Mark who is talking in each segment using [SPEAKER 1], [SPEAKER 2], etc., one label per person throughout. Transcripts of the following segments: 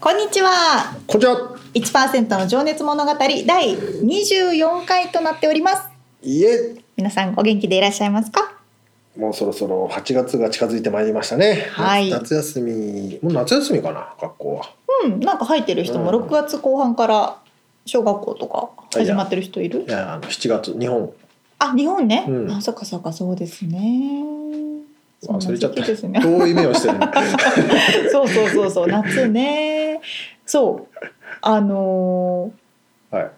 [SPEAKER 1] こんにちは
[SPEAKER 2] こちら
[SPEAKER 1] 1%の情熱物語第24回となっております
[SPEAKER 2] いえ
[SPEAKER 1] 皆さんお元気でいらっしゃいますか
[SPEAKER 2] もうそろそろ8月が近づいてまいりましたね、
[SPEAKER 1] はい
[SPEAKER 2] 夏休みもう夏休みかな学校は
[SPEAKER 1] うんなんか入ってる人も
[SPEAKER 2] うん
[SPEAKER 1] 6月後半から小学校とか始まってる人いる
[SPEAKER 2] いやあの7月日本
[SPEAKER 1] あ日本ね、
[SPEAKER 2] うん
[SPEAKER 1] あそっかそっかそうですねそんな
[SPEAKER 2] 忘れちゃった
[SPEAKER 1] 時期ですね
[SPEAKER 2] 遠い目をして るね
[SPEAKER 1] そうそうそうそう夏ねそうあのー
[SPEAKER 2] はい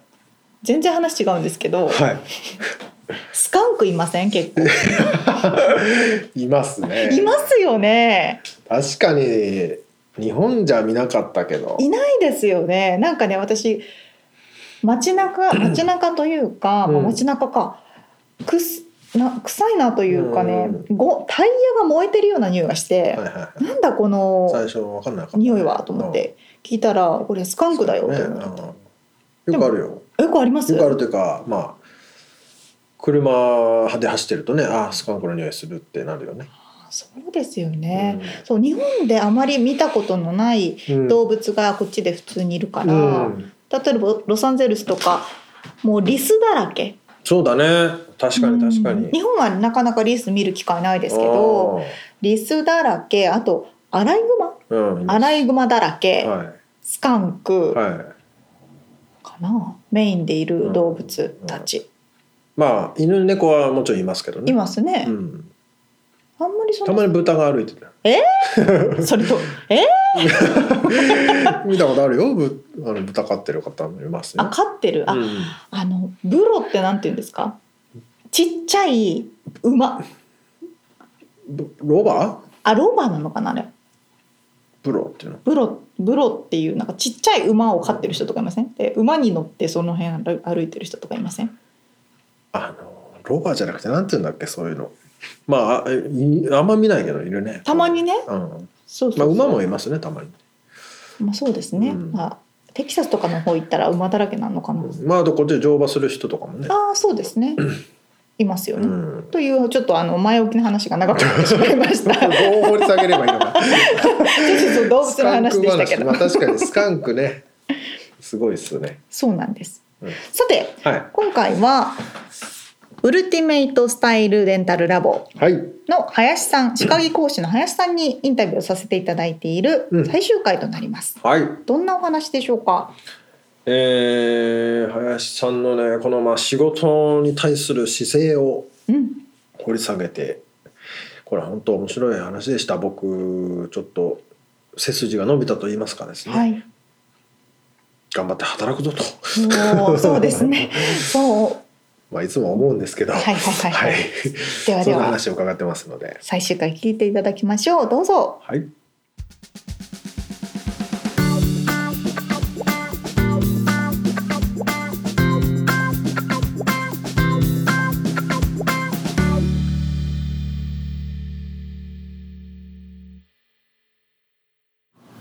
[SPEAKER 1] 全然話違うんですけど
[SPEAKER 2] は
[SPEAKER 1] スカンクいません結構
[SPEAKER 2] いいますね
[SPEAKER 1] いますよね
[SPEAKER 2] 確かに日本じゃ見なかったけど
[SPEAKER 1] いないですよねなんかね私街 中街中というか、
[SPEAKER 2] うん
[SPEAKER 1] まあ街中かくすな臭いなというかね、ごタイヤが燃えてるような匂いがして、
[SPEAKER 2] はいはいはい
[SPEAKER 1] なんだこの
[SPEAKER 2] 最初分かんなかった
[SPEAKER 1] 匂いはと思って聞いたらこれスカンクだよ
[SPEAKER 2] う
[SPEAKER 1] と
[SPEAKER 2] んね
[SPEAKER 1] 思って、
[SPEAKER 2] うんよくあるよ
[SPEAKER 1] よくあります
[SPEAKER 2] よくあるというかまあ車で走ってるとねあスカンクの匂いするってなるよね、
[SPEAKER 1] そうですよね、そう日本であまり見たことのない
[SPEAKER 2] うん
[SPEAKER 1] 動物がこっちで普通にいるから、
[SPEAKER 2] うん
[SPEAKER 1] 例えばロサンゼルスとかもうリスだらけ
[SPEAKER 2] そうだね確かに確かに、
[SPEAKER 1] うん日本はなかなかリス見る機会ないですけどリスだらけあとアライグマ
[SPEAKER 2] あー、うん、
[SPEAKER 1] アライグマだらけ、
[SPEAKER 2] は
[SPEAKER 1] スカンク
[SPEAKER 2] い、はい、
[SPEAKER 1] かな、メインでいる動物たち、
[SPEAKER 2] まあ犬猫はもちろんいますけどね
[SPEAKER 1] いますね、
[SPEAKER 2] うん、
[SPEAKER 1] あんまりそ
[SPEAKER 2] た
[SPEAKER 1] の
[SPEAKER 2] まに豚が歩いてる
[SPEAKER 1] そ れとえー
[SPEAKER 2] 見たことあるよぶあの豚飼ってる方もいます
[SPEAKER 1] あ
[SPEAKER 2] よ、
[SPEAKER 1] 飼ってるあ、
[SPEAKER 2] うん、
[SPEAKER 1] あのブロってなんて言うんですかちっちゃい馬
[SPEAKER 2] ブロバ
[SPEAKER 1] あロバなのかなあれ
[SPEAKER 2] ブロっていうの
[SPEAKER 1] ブロブロっていうなんかちっちゃい馬を飼ってる人とかいませんで馬に乗ってその辺歩歩いてる人とかいません
[SPEAKER 2] あのロバじゃなくてなんていうんだっけそういうのまああいあんま見ないけどいるね
[SPEAKER 1] たまにね
[SPEAKER 2] うん
[SPEAKER 1] そうそう
[SPEAKER 2] ま
[SPEAKER 1] そ
[SPEAKER 2] あ、
[SPEAKER 1] う
[SPEAKER 2] 馬もいますねたまに
[SPEAKER 1] まあ、そうですね、
[SPEAKER 2] うん
[SPEAKER 1] まあ、テキサスとかの方行ったら馬だらけなのかな、
[SPEAKER 2] まああとこっちで乗馬する人とかもね
[SPEAKER 1] ああそうです ねいますよ
[SPEAKER 2] う
[SPEAKER 1] ね、
[SPEAKER 2] ん
[SPEAKER 1] というちょっとあの前置きの話が長くなってしまいました。ちょっ
[SPEAKER 2] どう掘り下げればいいのか
[SPEAKER 1] と動物の話でしたけ
[SPEAKER 2] スカンク話ま
[SPEAKER 1] ど
[SPEAKER 2] あ、、確かにスカンクねすごいっすね
[SPEAKER 1] そうなんです。
[SPEAKER 2] うん
[SPEAKER 1] さて
[SPEAKER 2] は
[SPEAKER 1] 今回はウルティメイトスタイルレンタルラボ
[SPEAKER 2] いはい
[SPEAKER 1] の林さん、歯科技講師の林さんにインタビューをさせていただいている
[SPEAKER 2] うん
[SPEAKER 1] 最終回となります。
[SPEAKER 2] はい
[SPEAKER 1] どんなお話でしょうか。
[SPEAKER 2] えー林さんのねこのまあ仕事に対する姿勢を
[SPEAKER 1] うん、
[SPEAKER 2] 掘り下げてこれ本当面白い話でした僕ちょっと背筋が伸びたと言いますかですね、
[SPEAKER 1] はい。
[SPEAKER 2] 頑張って働くぞと、
[SPEAKER 1] もうそうです ね。そう。
[SPEAKER 2] まあ、いつも思うんですけど
[SPEAKER 1] はいはいはいはいではで
[SPEAKER 2] そんな
[SPEAKER 1] は
[SPEAKER 2] 話を伺ってますので
[SPEAKER 1] 最終回聞いていただきましょう。どうぞ。
[SPEAKER 2] はい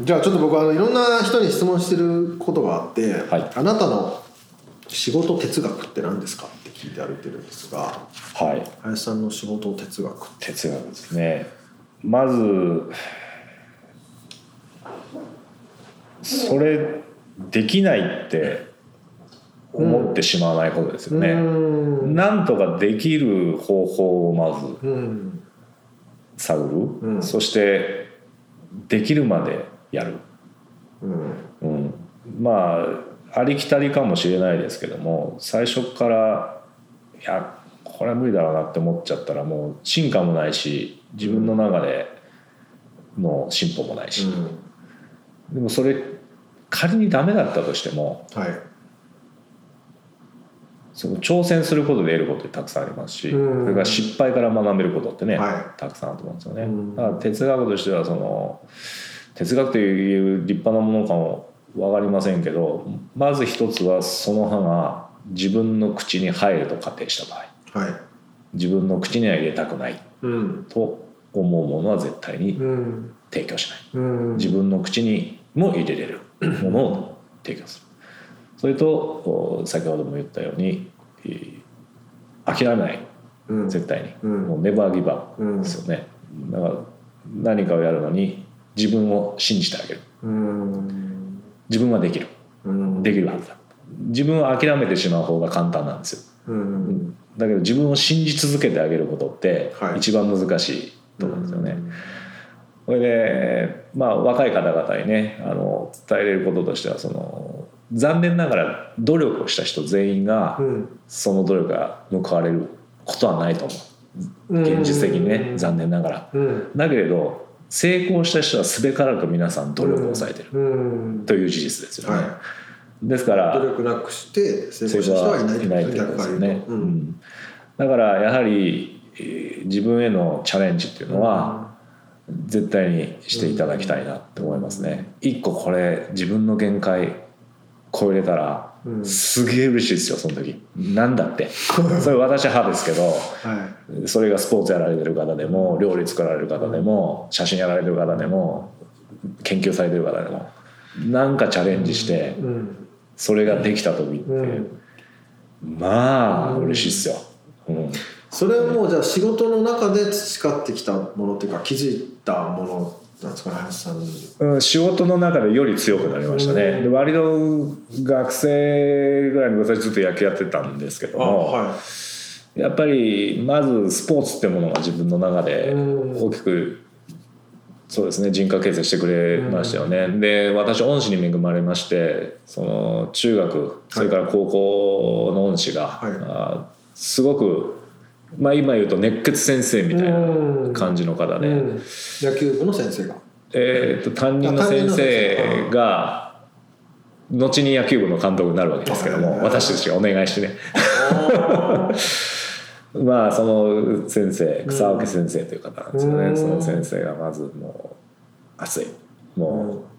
[SPEAKER 2] じゃあちょっと僕あのいろんな人に質問してることがあって、
[SPEAKER 3] はい
[SPEAKER 2] あなたの仕事哲学って何ですかって聞いて歩いてるんですが
[SPEAKER 3] はい、
[SPEAKER 2] 林さんの仕事哲学って
[SPEAKER 3] 哲学ですねまずそれできないって思ってしまわないことですよ
[SPEAKER 2] う
[SPEAKER 3] ね、
[SPEAKER 2] ん
[SPEAKER 3] なんとかできる方法をまず
[SPEAKER 2] うん
[SPEAKER 3] 探る、
[SPEAKER 2] うん
[SPEAKER 3] そしてできるまでやる、
[SPEAKER 2] うん
[SPEAKER 3] うん、まあありきたりかもしれないですけども最初からいやこれは無理だろうなって思っちゃったらもう進化もないし自分の中での進歩もないし、でもそれ仮にダメだったとしても
[SPEAKER 2] はい
[SPEAKER 3] その挑戦することで得ることってたくさんありますし、
[SPEAKER 2] うん
[SPEAKER 3] それから失敗から学べることってね、
[SPEAKER 2] は
[SPEAKER 3] たくさんあると思うんですよね、
[SPEAKER 2] うん
[SPEAKER 3] だから哲学としてはその哲学という立派なものかも分かりませんけどまず一つはその歯が自分の口に入ると仮定した場合
[SPEAKER 2] はい
[SPEAKER 3] 自分の口には入れたくない
[SPEAKER 2] うん
[SPEAKER 3] と思うものは絶対に
[SPEAKER 2] うん
[SPEAKER 3] 提供しない
[SPEAKER 2] うん
[SPEAKER 3] 自分の口にも入れれるものを提供するそれとお先ほども言ったようにえー諦めない
[SPEAKER 2] うん
[SPEAKER 3] 絶対に、
[SPEAKER 2] うん
[SPEAKER 3] もうネバーギブアップ
[SPEAKER 2] うん
[SPEAKER 3] ですよね、だから何かをやるのに自分を信じてあげる
[SPEAKER 2] うん
[SPEAKER 3] 自分はできる
[SPEAKER 2] うん
[SPEAKER 3] できるはずだ自分を諦めてしまう方が簡単なんです
[SPEAKER 2] う
[SPEAKER 3] よ
[SPEAKER 2] ん
[SPEAKER 3] だけど自分を信じ続けてあげることって
[SPEAKER 2] はい
[SPEAKER 3] 一番難しいと思うんですよね、これで、まあ、若い方々にねあの伝えれることとしてはその残念ながら努力をした人全員が
[SPEAKER 2] うん
[SPEAKER 3] その努力が報われることはないと思
[SPEAKER 2] うん
[SPEAKER 3] う現実的にね残念ながら
[SPEAKER 2] うん
[SPEAKER 3] だけれど成功した人はすべからく皆さん努力を抑えてる
[SPEAKER 2] うん
[SPEAKER 3] という事実ですよね、
[SPEAKER 2] は
[SPEAKER 3] ですから
[SPEAKER 2] い努力なくして成
[SPEAKER 3] 成
[SPEAKER 2] 功した
[SPEAKER 3] 功
[SPEAKER 2] 人
[SPEAKER 3] は
[SPEAKER 2] はいない
[SPEAKER 3] いないということですよね、
[SPEAKER 2] う
[SPEAKER 3] うんん、だからやはりえー自分へのチャレンジっていうのは絶対にしていただきたいなって思いますね一個これ自分の限界超えれたら
[SPEAKER 2] うん
[SPEAKER 3] すげえ嬉しいですよその時なんだって それ私派ですけど
[SPEAKER 2] は
[SPEAKER 3] それがスポーツやられてる方でも料理作られる方でも写真やられてる方でも研究されてる方でもなんかチャレンジして
[SPEAKER 2] いうん
[SPEAKER 3] それができた時って、
[SPEAKER 2] うん
[SPEAKER 3] まあ嬉しいっすよ、うん、
[SPEAKER 2] それはもうじゃあ仕事の中で培ってきたものというか気づいたものなんですかね林さん
[SPEAKER 3] うん、仕事の中でより強くなりました
[SPEAKER 2] うん
[SPEAKER 3] ね、で割と学生ぐらいに私ずっと野球やってたんですけども、
[SPEAKER 2] は
[SPEAKER 3] やっぱりまずスポーツってものが自分の中で
[SPEAKER 2] うん
[SPEAKER 3] 大きくそうですね人格形成してくれましたよね、で私恩師に恵まれましてその中学それから高校の恩師が、
[SPEAKER 2] はい
[SPEAKER 3] あーすごく、まあ、今言うと熱血先生みたいな感じの方で。
[SPEAKER 2] うん野球部の先 生が
[SPEAKER 3] えー、と担任の先生が後に野球部の監督になるわけですけど
[SPEAKER 2] はい
[SPEAKER 3] も私たちがお願いしてねまあその先生草分先生という方なんですよね、
[SPEAKER 2] うん
[SPEAKER 3] その先生がまずもう熱いもう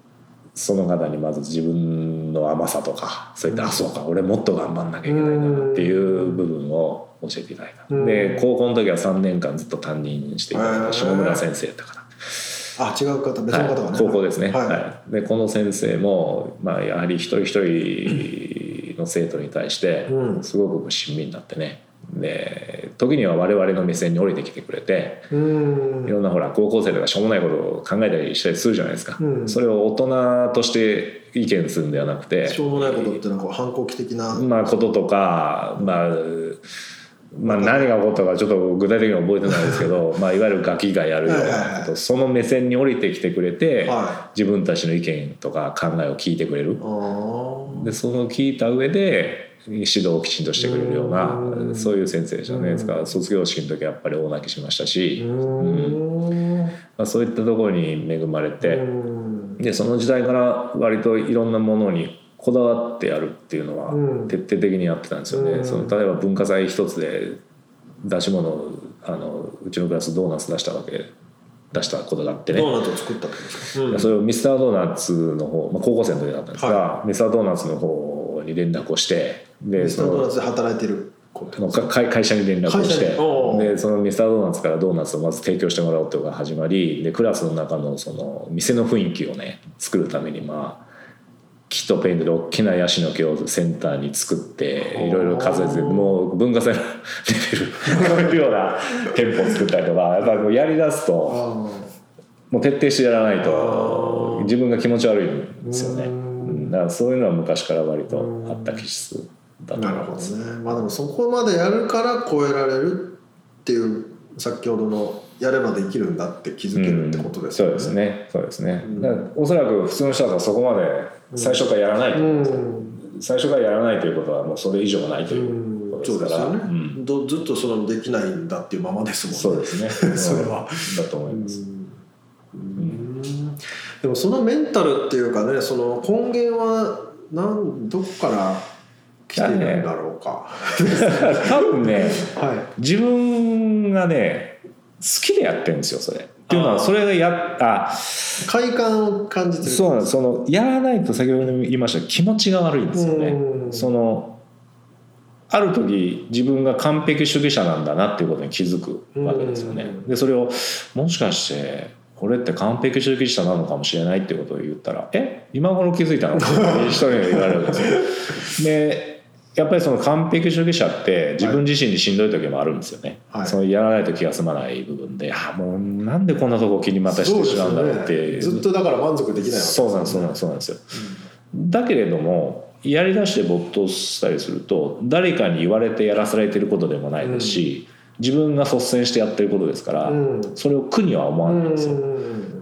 [SPEAKER 3] その方にまず自分の甘さとかそういった、あそうか俺もっと頑張んなきゃいけないんだなっていう部分を教えていただいた、
[SPEAKER 2] うん
[SPEAKER 3] で高校の時は3年間ずっと担任していただいた下村先生だから。
[SPEAKER 2] あ違う方別の方がね、
[SPEAKER 3] はい、高校ですね、
[SPEAKER 2] はい
[SPEAKER 3] はいでこの先生も、まあ、やはり一人一人の生徒に対して
[SPEAKER 2] うん
[SPEAKER 3] すごく親身になってねで時には我々の目線に降りてきてくれて
[SPEAKER 2] うん
[SPEAKER 3] いろんなほら高校生とかしょうもないことを考えたりしたりするじゃないですか、
[SPEAKER 2] うん
[SPEAKER 3] それを大人として意見するんではなくて
[SPEAKER 2] しょうもないことってなんか反抗期的な、
[SPEAKER 3] まあ、こととか、まあ、まあ何が起こったかちょっと具体的には覚えてないです けどまあいわゆるガキがやるよう
[SPEAKER 2] はいはい
[SPEAKER 3] な
[SPEAKER 2] は
[SPEAKER 3] ことその目線に降りてきてくれて、
[SPEAKER 2] は
[SPEAKER 3] 自分たちの意見とか考えを聞いてくれる
[SPEAKER 2] あー
[SPEAKER 3] でその聞いた上で指導をきちんとしてくれるよう
[SPEAKER 2] う
[SPEAKER 3] なんそういう先生でしたね
[SPEAKER 2] うん
[SPEAKER 3] ですから卒業式の時はやっぱり大泣きしました
[SPEAKER 2] う
[SPEAKER 3] し、
[SPEAKER 2] ん
[SPEAKER 3] まあ、そういったところに恵まれて。
[SPEAKER 2] うん
[SPEAKER 3] でその時代から割といろんなものにこだわってやるっていうのは
[SPEAKER 2] うん
[SPEAKER 3] 徹底的にやってたんですよね、
[SPEAKER 2] うん
[SPEAKER 3] その例えば文化祭一つで出し物をあのうちのクラスドーナツ出したわけ出したことがあってね
[SPEAKER 2] ドーナツを作ったってことですか、うん
[SPEAKER 3] それをミスタードーナツの方、まあ、高校生の時だったんですが、ミスタードーナツの方に連絡をしてで
[SPEAKER 2] ミスタ
[SPEAKER 3] そ
[SPEAKER 2] ードー
[SPEAKER 3] の
[SPEAKER 2] ナツで働いてる子って
[SPEAKER 3] のか会会社に連絡をし
[SPEAKER 2] 会社
[SPEAKER 3] て
[SPEAKER 2] におう
[SPEAKER 3] でそのミスタードーナツからドーナツをまず提供してもらおうっていうのが始まりでクラスの中のその店の雰囲気をね作るためにまあ木とペンで大きなヤシの木をセンターに作っていろいろ数えて
[SPEAKER 2] おう
[SPEAKER 3] もう文化祭のレ ベル超えるような店舗を作ったりとかやっぱりもうやりだす
[SPEAKER 2] あ
[SPEAKER 3] と
[SPEAKER 2] ー
[SPEAKER 3] もう徹底してやらない
[SPEAKER 2] あ
[SPEAKER 3] と
[SPEAKER 2] ー
[SPEAKER 3] 自分が気持ち悪いんですよね
[SPEAKER 2] う
[SPEAKER 3] うんんだからそういうのは昔から割とあった気質だと
[SPEAKER 2] なる
[SPEAKER 3] 思い
[SPEAKER 2] ほ
[SPEAKER 3] ま
[SPEAKER 2] ど
[SPEAKER 3] す
[SPEAKER 2] ねまあでもそこまでやるから超えられるっていう先ほどのやればできるんだって気づけるってことですよね、
[SPEAKER 3] うんそうですねそうですね、
[SPEAKER 2] うん
[SPEAKER 3] だからおそらく普通の人はそこまで最初からやらない、
[SPEAKER 2] うん
[SPEAKER 3] 最初からやらないということはもうそれ以上はないと
[SPEAKER 2] う
[SPEAKER 3] いうこ
[SPEAKER 2] ん
[SPEAKER 3] と
[SPEAKER 2] そう
[SPEAKER 3] ですか
[SPEAKER 2] で
[SPEAKER 3] ら
[SPEAKER 2] すよね、
[SPEAKER 3] うん
[SPEAKER 2] どずっとそのできないんだっていうままですもんね
[SPEAKER 3] そうですね
[SPEAKER 2] それは
[SPEAKER 3] だと思います、
[SPEAKER 2] うんでもそのメンタルっていうかねその根源はなんどこから来てるんだろうか。
[SPEAKER 3] 多分ね
[SPEAKER 2] は
[SPEAKER 3] 自分がね好きでやってるんですよそれっていうの
[SPEAKER 2] あ
[SPEAKER 3] は
[SPEAKER 2] ー
[SPEAKER 3] それがやあ
[SPEAKER 2] い、快感を感じてる
[SPEAKER 3] そうなんんですそのやらないと先ほども言いました気持ちが悪いんですよね
[SPEAKER 2] うん
[SPEAKER 3] そのある時自分が完璧主義者なんだなっていうことに気づくわけですよね
[SPEAKER 2] うん
[SPEAKER 3] でそれをもしかしてこれって完璧主義者なのかもしれないっていうことを言ったら「え今頃気づいたの?」って一人に言われる んですよ。でやっぱりその完璧主義者って自分自身にしんどい時もあるんですよね、
[SPEAKER 2] はい
[SPEAKER 3] そのやらないと気が済まない部分で「あもうなんでこんなとこ気にまたしてしまうんだろう」
[SPEAKER 2] そう
[SPEAKER 3] って
[SPEAKER 2] ですよねずっとだから満足できないわけ
[SPEAKER 3] そうなんですそう
[SPEAKER 2] よね
[SPEAKER 3] なんですそうなんですよだけれどもやりだして没頭したりすると誰かに言われてやらされてることでもないですし、自分が率先してやってることですから、
[SPEAKER 2] うん
[SPEAKER 3] それを苦には思わないんですよ。だか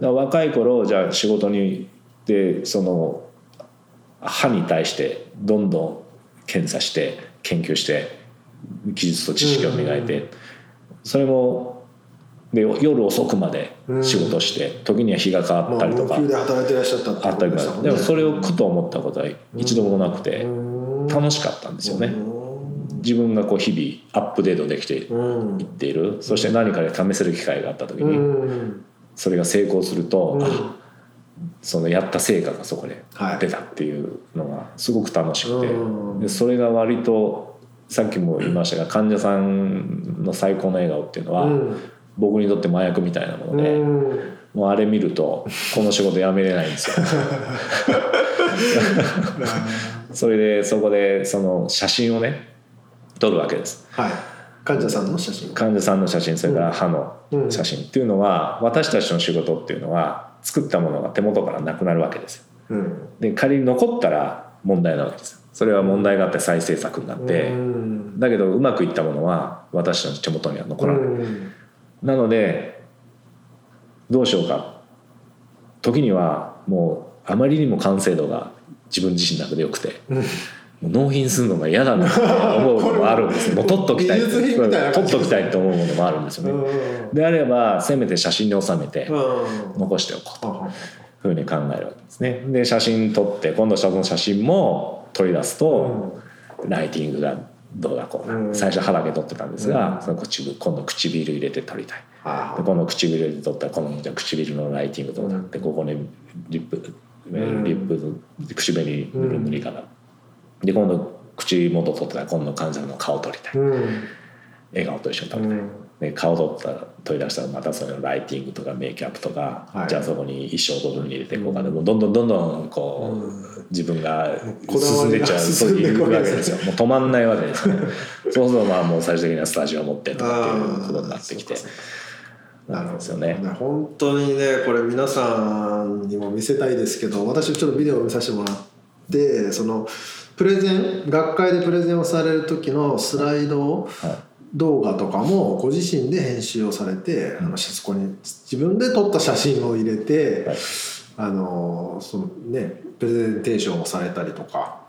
[SPEAKER 3] ら若い頃じゃあ仕事にでその歯に対してどんどん検査して研究して技術と知識を磨いて、
[SPEAKER 2] う
[SPEAKER 3] それもで夜遅くまで仕事して、時には日が変わ
[SPEAKER 2] ま
[SPEAKER 3] っ
[SPEAKER 2] あ
[SPEAKER 3] たりとか。
[SPEAKER 2] 無給で働いてらっしゃったって
[SPEAKER 3] あ
[SPEAKER 2] こ
[SPEAKER 3] っ
[SPEAKER 2] と
[SPEAKER 3] たり
[SPEAKER 2] で
[SPEAKER 3] 前
[SPEAKER 2] したもん
[SPEAKER 3] で
[SPEAKER 2] ね
[SPEAKER 3] もそれを苦と思ったことは一度もなくて
[SPEAKER 2] うん
[SPEAKER 3] 楽しかったんですよね
[SPEAKER 2] う
[SPEAKER 3] 自分がこう日々アップデートできてい
[SPEAKER 2] ん
[SPEAKER 3] っているそして何かで試せる機会があった時
[SPEAKER 2] う
[SPEAKER 3] に
[SPEAKER 2] ん
[SPEAKER 3] それが成功すると
[SPEAKER 2] うん
[SPEAKER 3] あそのやった成果がそこで
[SPEAKER 2] はい
[SPEAKER 3] 出たっていうのがすごく楽しくて
[SPEAKER 2] うん
[SPEAKER 3] でそれが割とさっきも言いましたが患者さんの最高の笑顔っていうの
[SPEAKER 2] う
[SPEAKER 3] は
[SPEAKER 2] ん
[SPEAKER 3] 僕にとって麻薬みたいなもので
[SPEAKER 2] うん
[SPEAKER 3] もうあれ見るとこの仕事やめれないんですよ。それでそこでその写真をね撮るわけです
[SPEAKER 2] はい患者さんの写真
[SPEAKER 3] 患者さんの写真それから歯の
[SPEAKER 2] うん
[SPEAKER 3] 写真っていうのは私たちの仕事っていうのは作ったものが手元からなくなるわけですよ
[SPEAKER 2] うん
[SPEAKER 3] で仮に残ったら問題なわけですよそれは問題があって再制作になって
[SPEAKER 2] うん
[SPEAKER 3] だけどうまくいったものは私たちの手元には残らない
[SPEAKER 2] うん
[SPEAKER 3] なのでどうしようか時にはもうあまりにも完成度が自分自身の中で良くて
[SPEAKER 2] うん
[SPEAKER 3] もう納品するのが嫌だなって思うのもあるんです よもう取っときたい
[SPEAKER 2] 美術品みたいな
[SPEAKER 3] 取
[SPEAKER 2] 感
[SPEAKER 3] っ
[SPEAKER 2] じ
[SPEAKER 3] ときたいと思うものもあるんです
[SPEAKER 2] う
[SPEAKER 3] よね、
[SPEAKER 2] ん
[SPEAKER 3] であればせめて写真に収めて
[SPEAKER 2] うん
[SPEAKER 3] 残しておこうというふうに考えるわけですねで写真撮って今度その写真も取り出すと、ライティングがどうだこうだ、
[SPEAKER 2] うん
[SPEAKER 3] 最初歯だけ撮ってたんですが、
[SPEAKER 2] うん
[SPEAKER 3] その唇今度唇入れて撮りたい
[SPEAKER 2] あ
[SPEAKER 3] でこの唇で撮ったらこのじゃあ唇のライティングどうだってここにリップえ
[SPEAKER 2] う
[SPEAKER 3] ー
[SPEAKER 2] ん
[SPEAKER 3] リップ口紅塗る塗りかなで今度口元撮ってたら今度患者の顔撮りたい
[SPEAKER 2] うん
[SPEAKER 3] 笑顔と一緒に撮
[SPEAKER 2] う
[SPEAKER 3] りたい
[SPEAKER 2] ん
[SPEAKER 3] で顔撮ったら取り出したらまたそれのライティングとかメイキャップとか、
[SPEAKER 2] はい
[SPEAKER 3] じゃあそこに衣装どこに入れていこうかでもうどんどんどんどんこう、
[SPEAKER 2] う
[SPEAKER 3] 自分が
[SPEAKER 2] こだわ
[SPEAKER 3] 進んで
[SPEAKER 2] り
[SPEAKER 3] っちゃ
[SPEAKER 2] が
[SPEAKER 3] う
[SPEAKER 2] 進
[SPEAKER 3] そ
[SPEAKER 2] ん
[SPEAKER 3] う
[SPEAKER 2] で
[SPEAKER 3] い
[SPEAKER 2] いく
[SPEAKER 3] う
[SPEAKER 2] わ
[SPEAKER 3] わ
[SPEAKER 2] け
[SPEAKER 3] け
[SPEAKER 2] ですね
[SPEAKER 3] ですよもう止まんないわけ ですよねそうするとまあもう最終的にはスタジオ持ってとかっていうことになってきて
[SPEAKER 2] あー
[SPEAKER 3] な
[SPEAKER 2] なる
[SPEAKER 3] るん
[SPEAKER 2] ほ
[SPEAKER 3] ですよ
[SPEAKER 2] ど
[SPEAKER 3] ね
[SPEAKER 2] ね。本当にねこれ皆さんにも見せたいですけど私ちょっとビデオを見させてもらってそのプレゼン学会でプレゼンをされる時のスライドを
[SPEAKER 3] はい
[SPEAKER 2] 動画とかもご自身で編集をされて、あのそこに自分で撮った写真を入れて、
[SPEAKER 3] はい
[SPEAKER 2] あのそのねプレゼンテーションをされたりとか、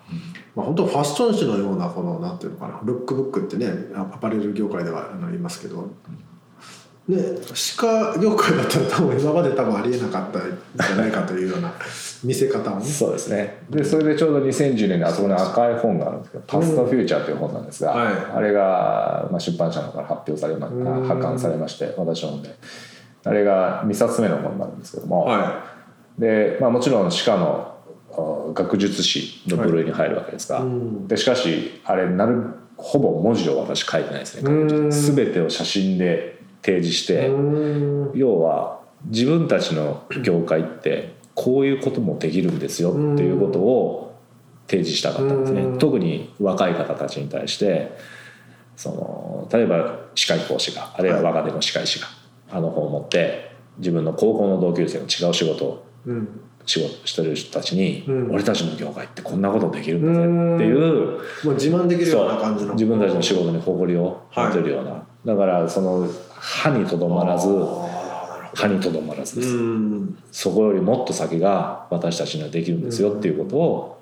[SPEAKER 2] まあ本当ファッション誌のようなこのなんていうのかなルックブックってねアパレル業界ではあの言いますけど。ね、歯科業界だったら多分今まで多分ありえなかったんじゃないかというような見せ方もね
[SPEAKER 3] そうですねでそれでちょうど2010年にあそこに赤い本があるんですけど「パストフューチャー」という本なんですが、
[SPEAKER 2] はい
[SPEAKER 3] あれが、まあ、出版社の方から発表されま
[SPEAKER 2] うん
[SPEAKER 3] 破刊されまして私の本であれが2冊目の本なんですけども、
[SPEAKER 2] は
[SPEAKER 3] でまあ、もちろん歯科のあ学術誌の部類に入るわけですが、
[SPEAKER 2] いうん
[SPEAKER 3] でしかしあれなるほぼ文字を私書いてないですね
[SPEAKER 2] うん
[SPEAKER 3] 学術誌全てを写真で提示し
[SPEAKER 2] い
[SPEAKER 3] て、
[SPEAKER 2] うん
[SPEAKER 3] 要は自分たちの業界ってこういうこともできるんですよっていうことを提示したかったんです
[SPEAKER 2] う
[SPEAKER 3] ね
[SPEAKER 2] ん
[SPEAKER 3] 特に若い方たちに対してその例えば歯科医講師があるいは若手の歯科医師があの本を持って自分の高校の同級生の違う仕事を
[SPEAKER 2] うん
[SPEAKER 3] 仕事してる人たちに、
[SPEAKER 2] うん
[SPEAKER 3] 俺たちの業界ってこんなことできるんだぜっていう
[SPEAKER 2] もう自慢できるような感じ
[SPEAKER 3] そう
[SPEAKER 2] の
[SPEAKER 3] 自分たちの仕事に誇りを持てるような、だからその歯にとどまらず
[SPEAKER 2] あーなるほ
[SPEAKER 3] 歯にとどまらず
[SPEAKER 2] ど
[SPEAKER 3] です、
[SPEAKER 2] うん
[SPEAKER 3] そこよりもっと先が私たちにはできるんですよっていうことを、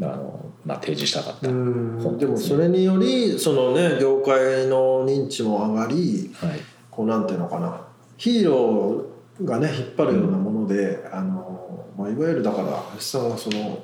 [SPEAKER 3] あのまあ、提示したかった
[SPEAKER 2] う
[SPEAKER 3] 本
[SPEAKER 2] んで
[SPEAKER 3] ですね
[SPEAKER 2] もそれによりそのね業界の認知も上がり
[SPEAKER 3] はい
[SPEAKER 2] こうなんていうのかなヒーローがね引っ張るようなもので、あのまあ、いわゆるだから林さんはその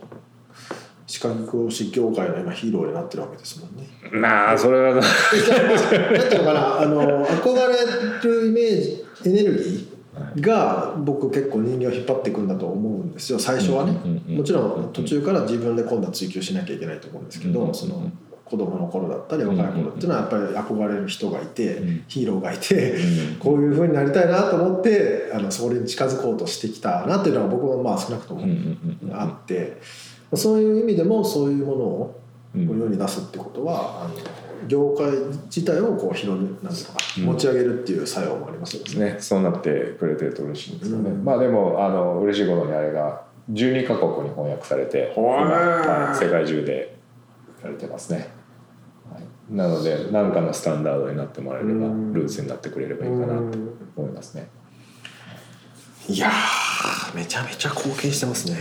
[SPEAKER 2] 歯科技工士業界の今ヒーローになってるわけですもんね。
[SPEAKER 3] まあそれは
[SPEAKER 2] なんていうのか なあの憧れるイメージエネルギーが僕結構人間を引っ張っていくんだと思うんですよ最初はね
[SPEAKER 3] うんうんうんうん
[SPEAKER 2] もちろん途中から自分で今度は追求しなきゃいけないと思うんですけ
[SPEAKER 3] うんうんう
[SPEAKER 2] ど
[SPEAKER 3] ん
[SPEAKER 2] その子供の頃だったり若い頃っていうのはやっぱり憧れる人がいて
[SPEAKER 3] うん
[SPEAKER 2] ヒーローがいて
[SPEAKER 3] う
[SPEAKER 2] こういうふうになりたいなと思ってあのそれに近づこうとしてきたなというのは僕もまあ少なくと
[SPEAKER 3] んうんう
[SPEAKER 2] も
[SPEAKER 3] んうん
[SPEAKER 2] あってそういう意味でもそういうものを
[SPEAKER 3] うん
[SPEAKER 2] こういうように出すってことは、あの業界自体をこう広めなんていうのか
[SPEAKER 3] う
[SPEAKER 2] なん持ち上げるっていう作用もありますよね。
[SPEAKER 4] ね、そうなってくれてると嬉しいんですよね、
[SPEAKER 2] うん
[SPEAKER 4] まあでもあの嬉しいことにあれが12カ国に翻訳されて今、
[SPEAKER 2] ほえ
[SPEAKER 4] はい世界中で売られてますね、はい、なので何かのスタンダードになってもらえれば
[SPEAKER 2] うん
[SPEAKER 4] ルーツになってくれればいいかなと思いますね
[SPEAKER 2] いやーめちゃめちゃ貢献してますね。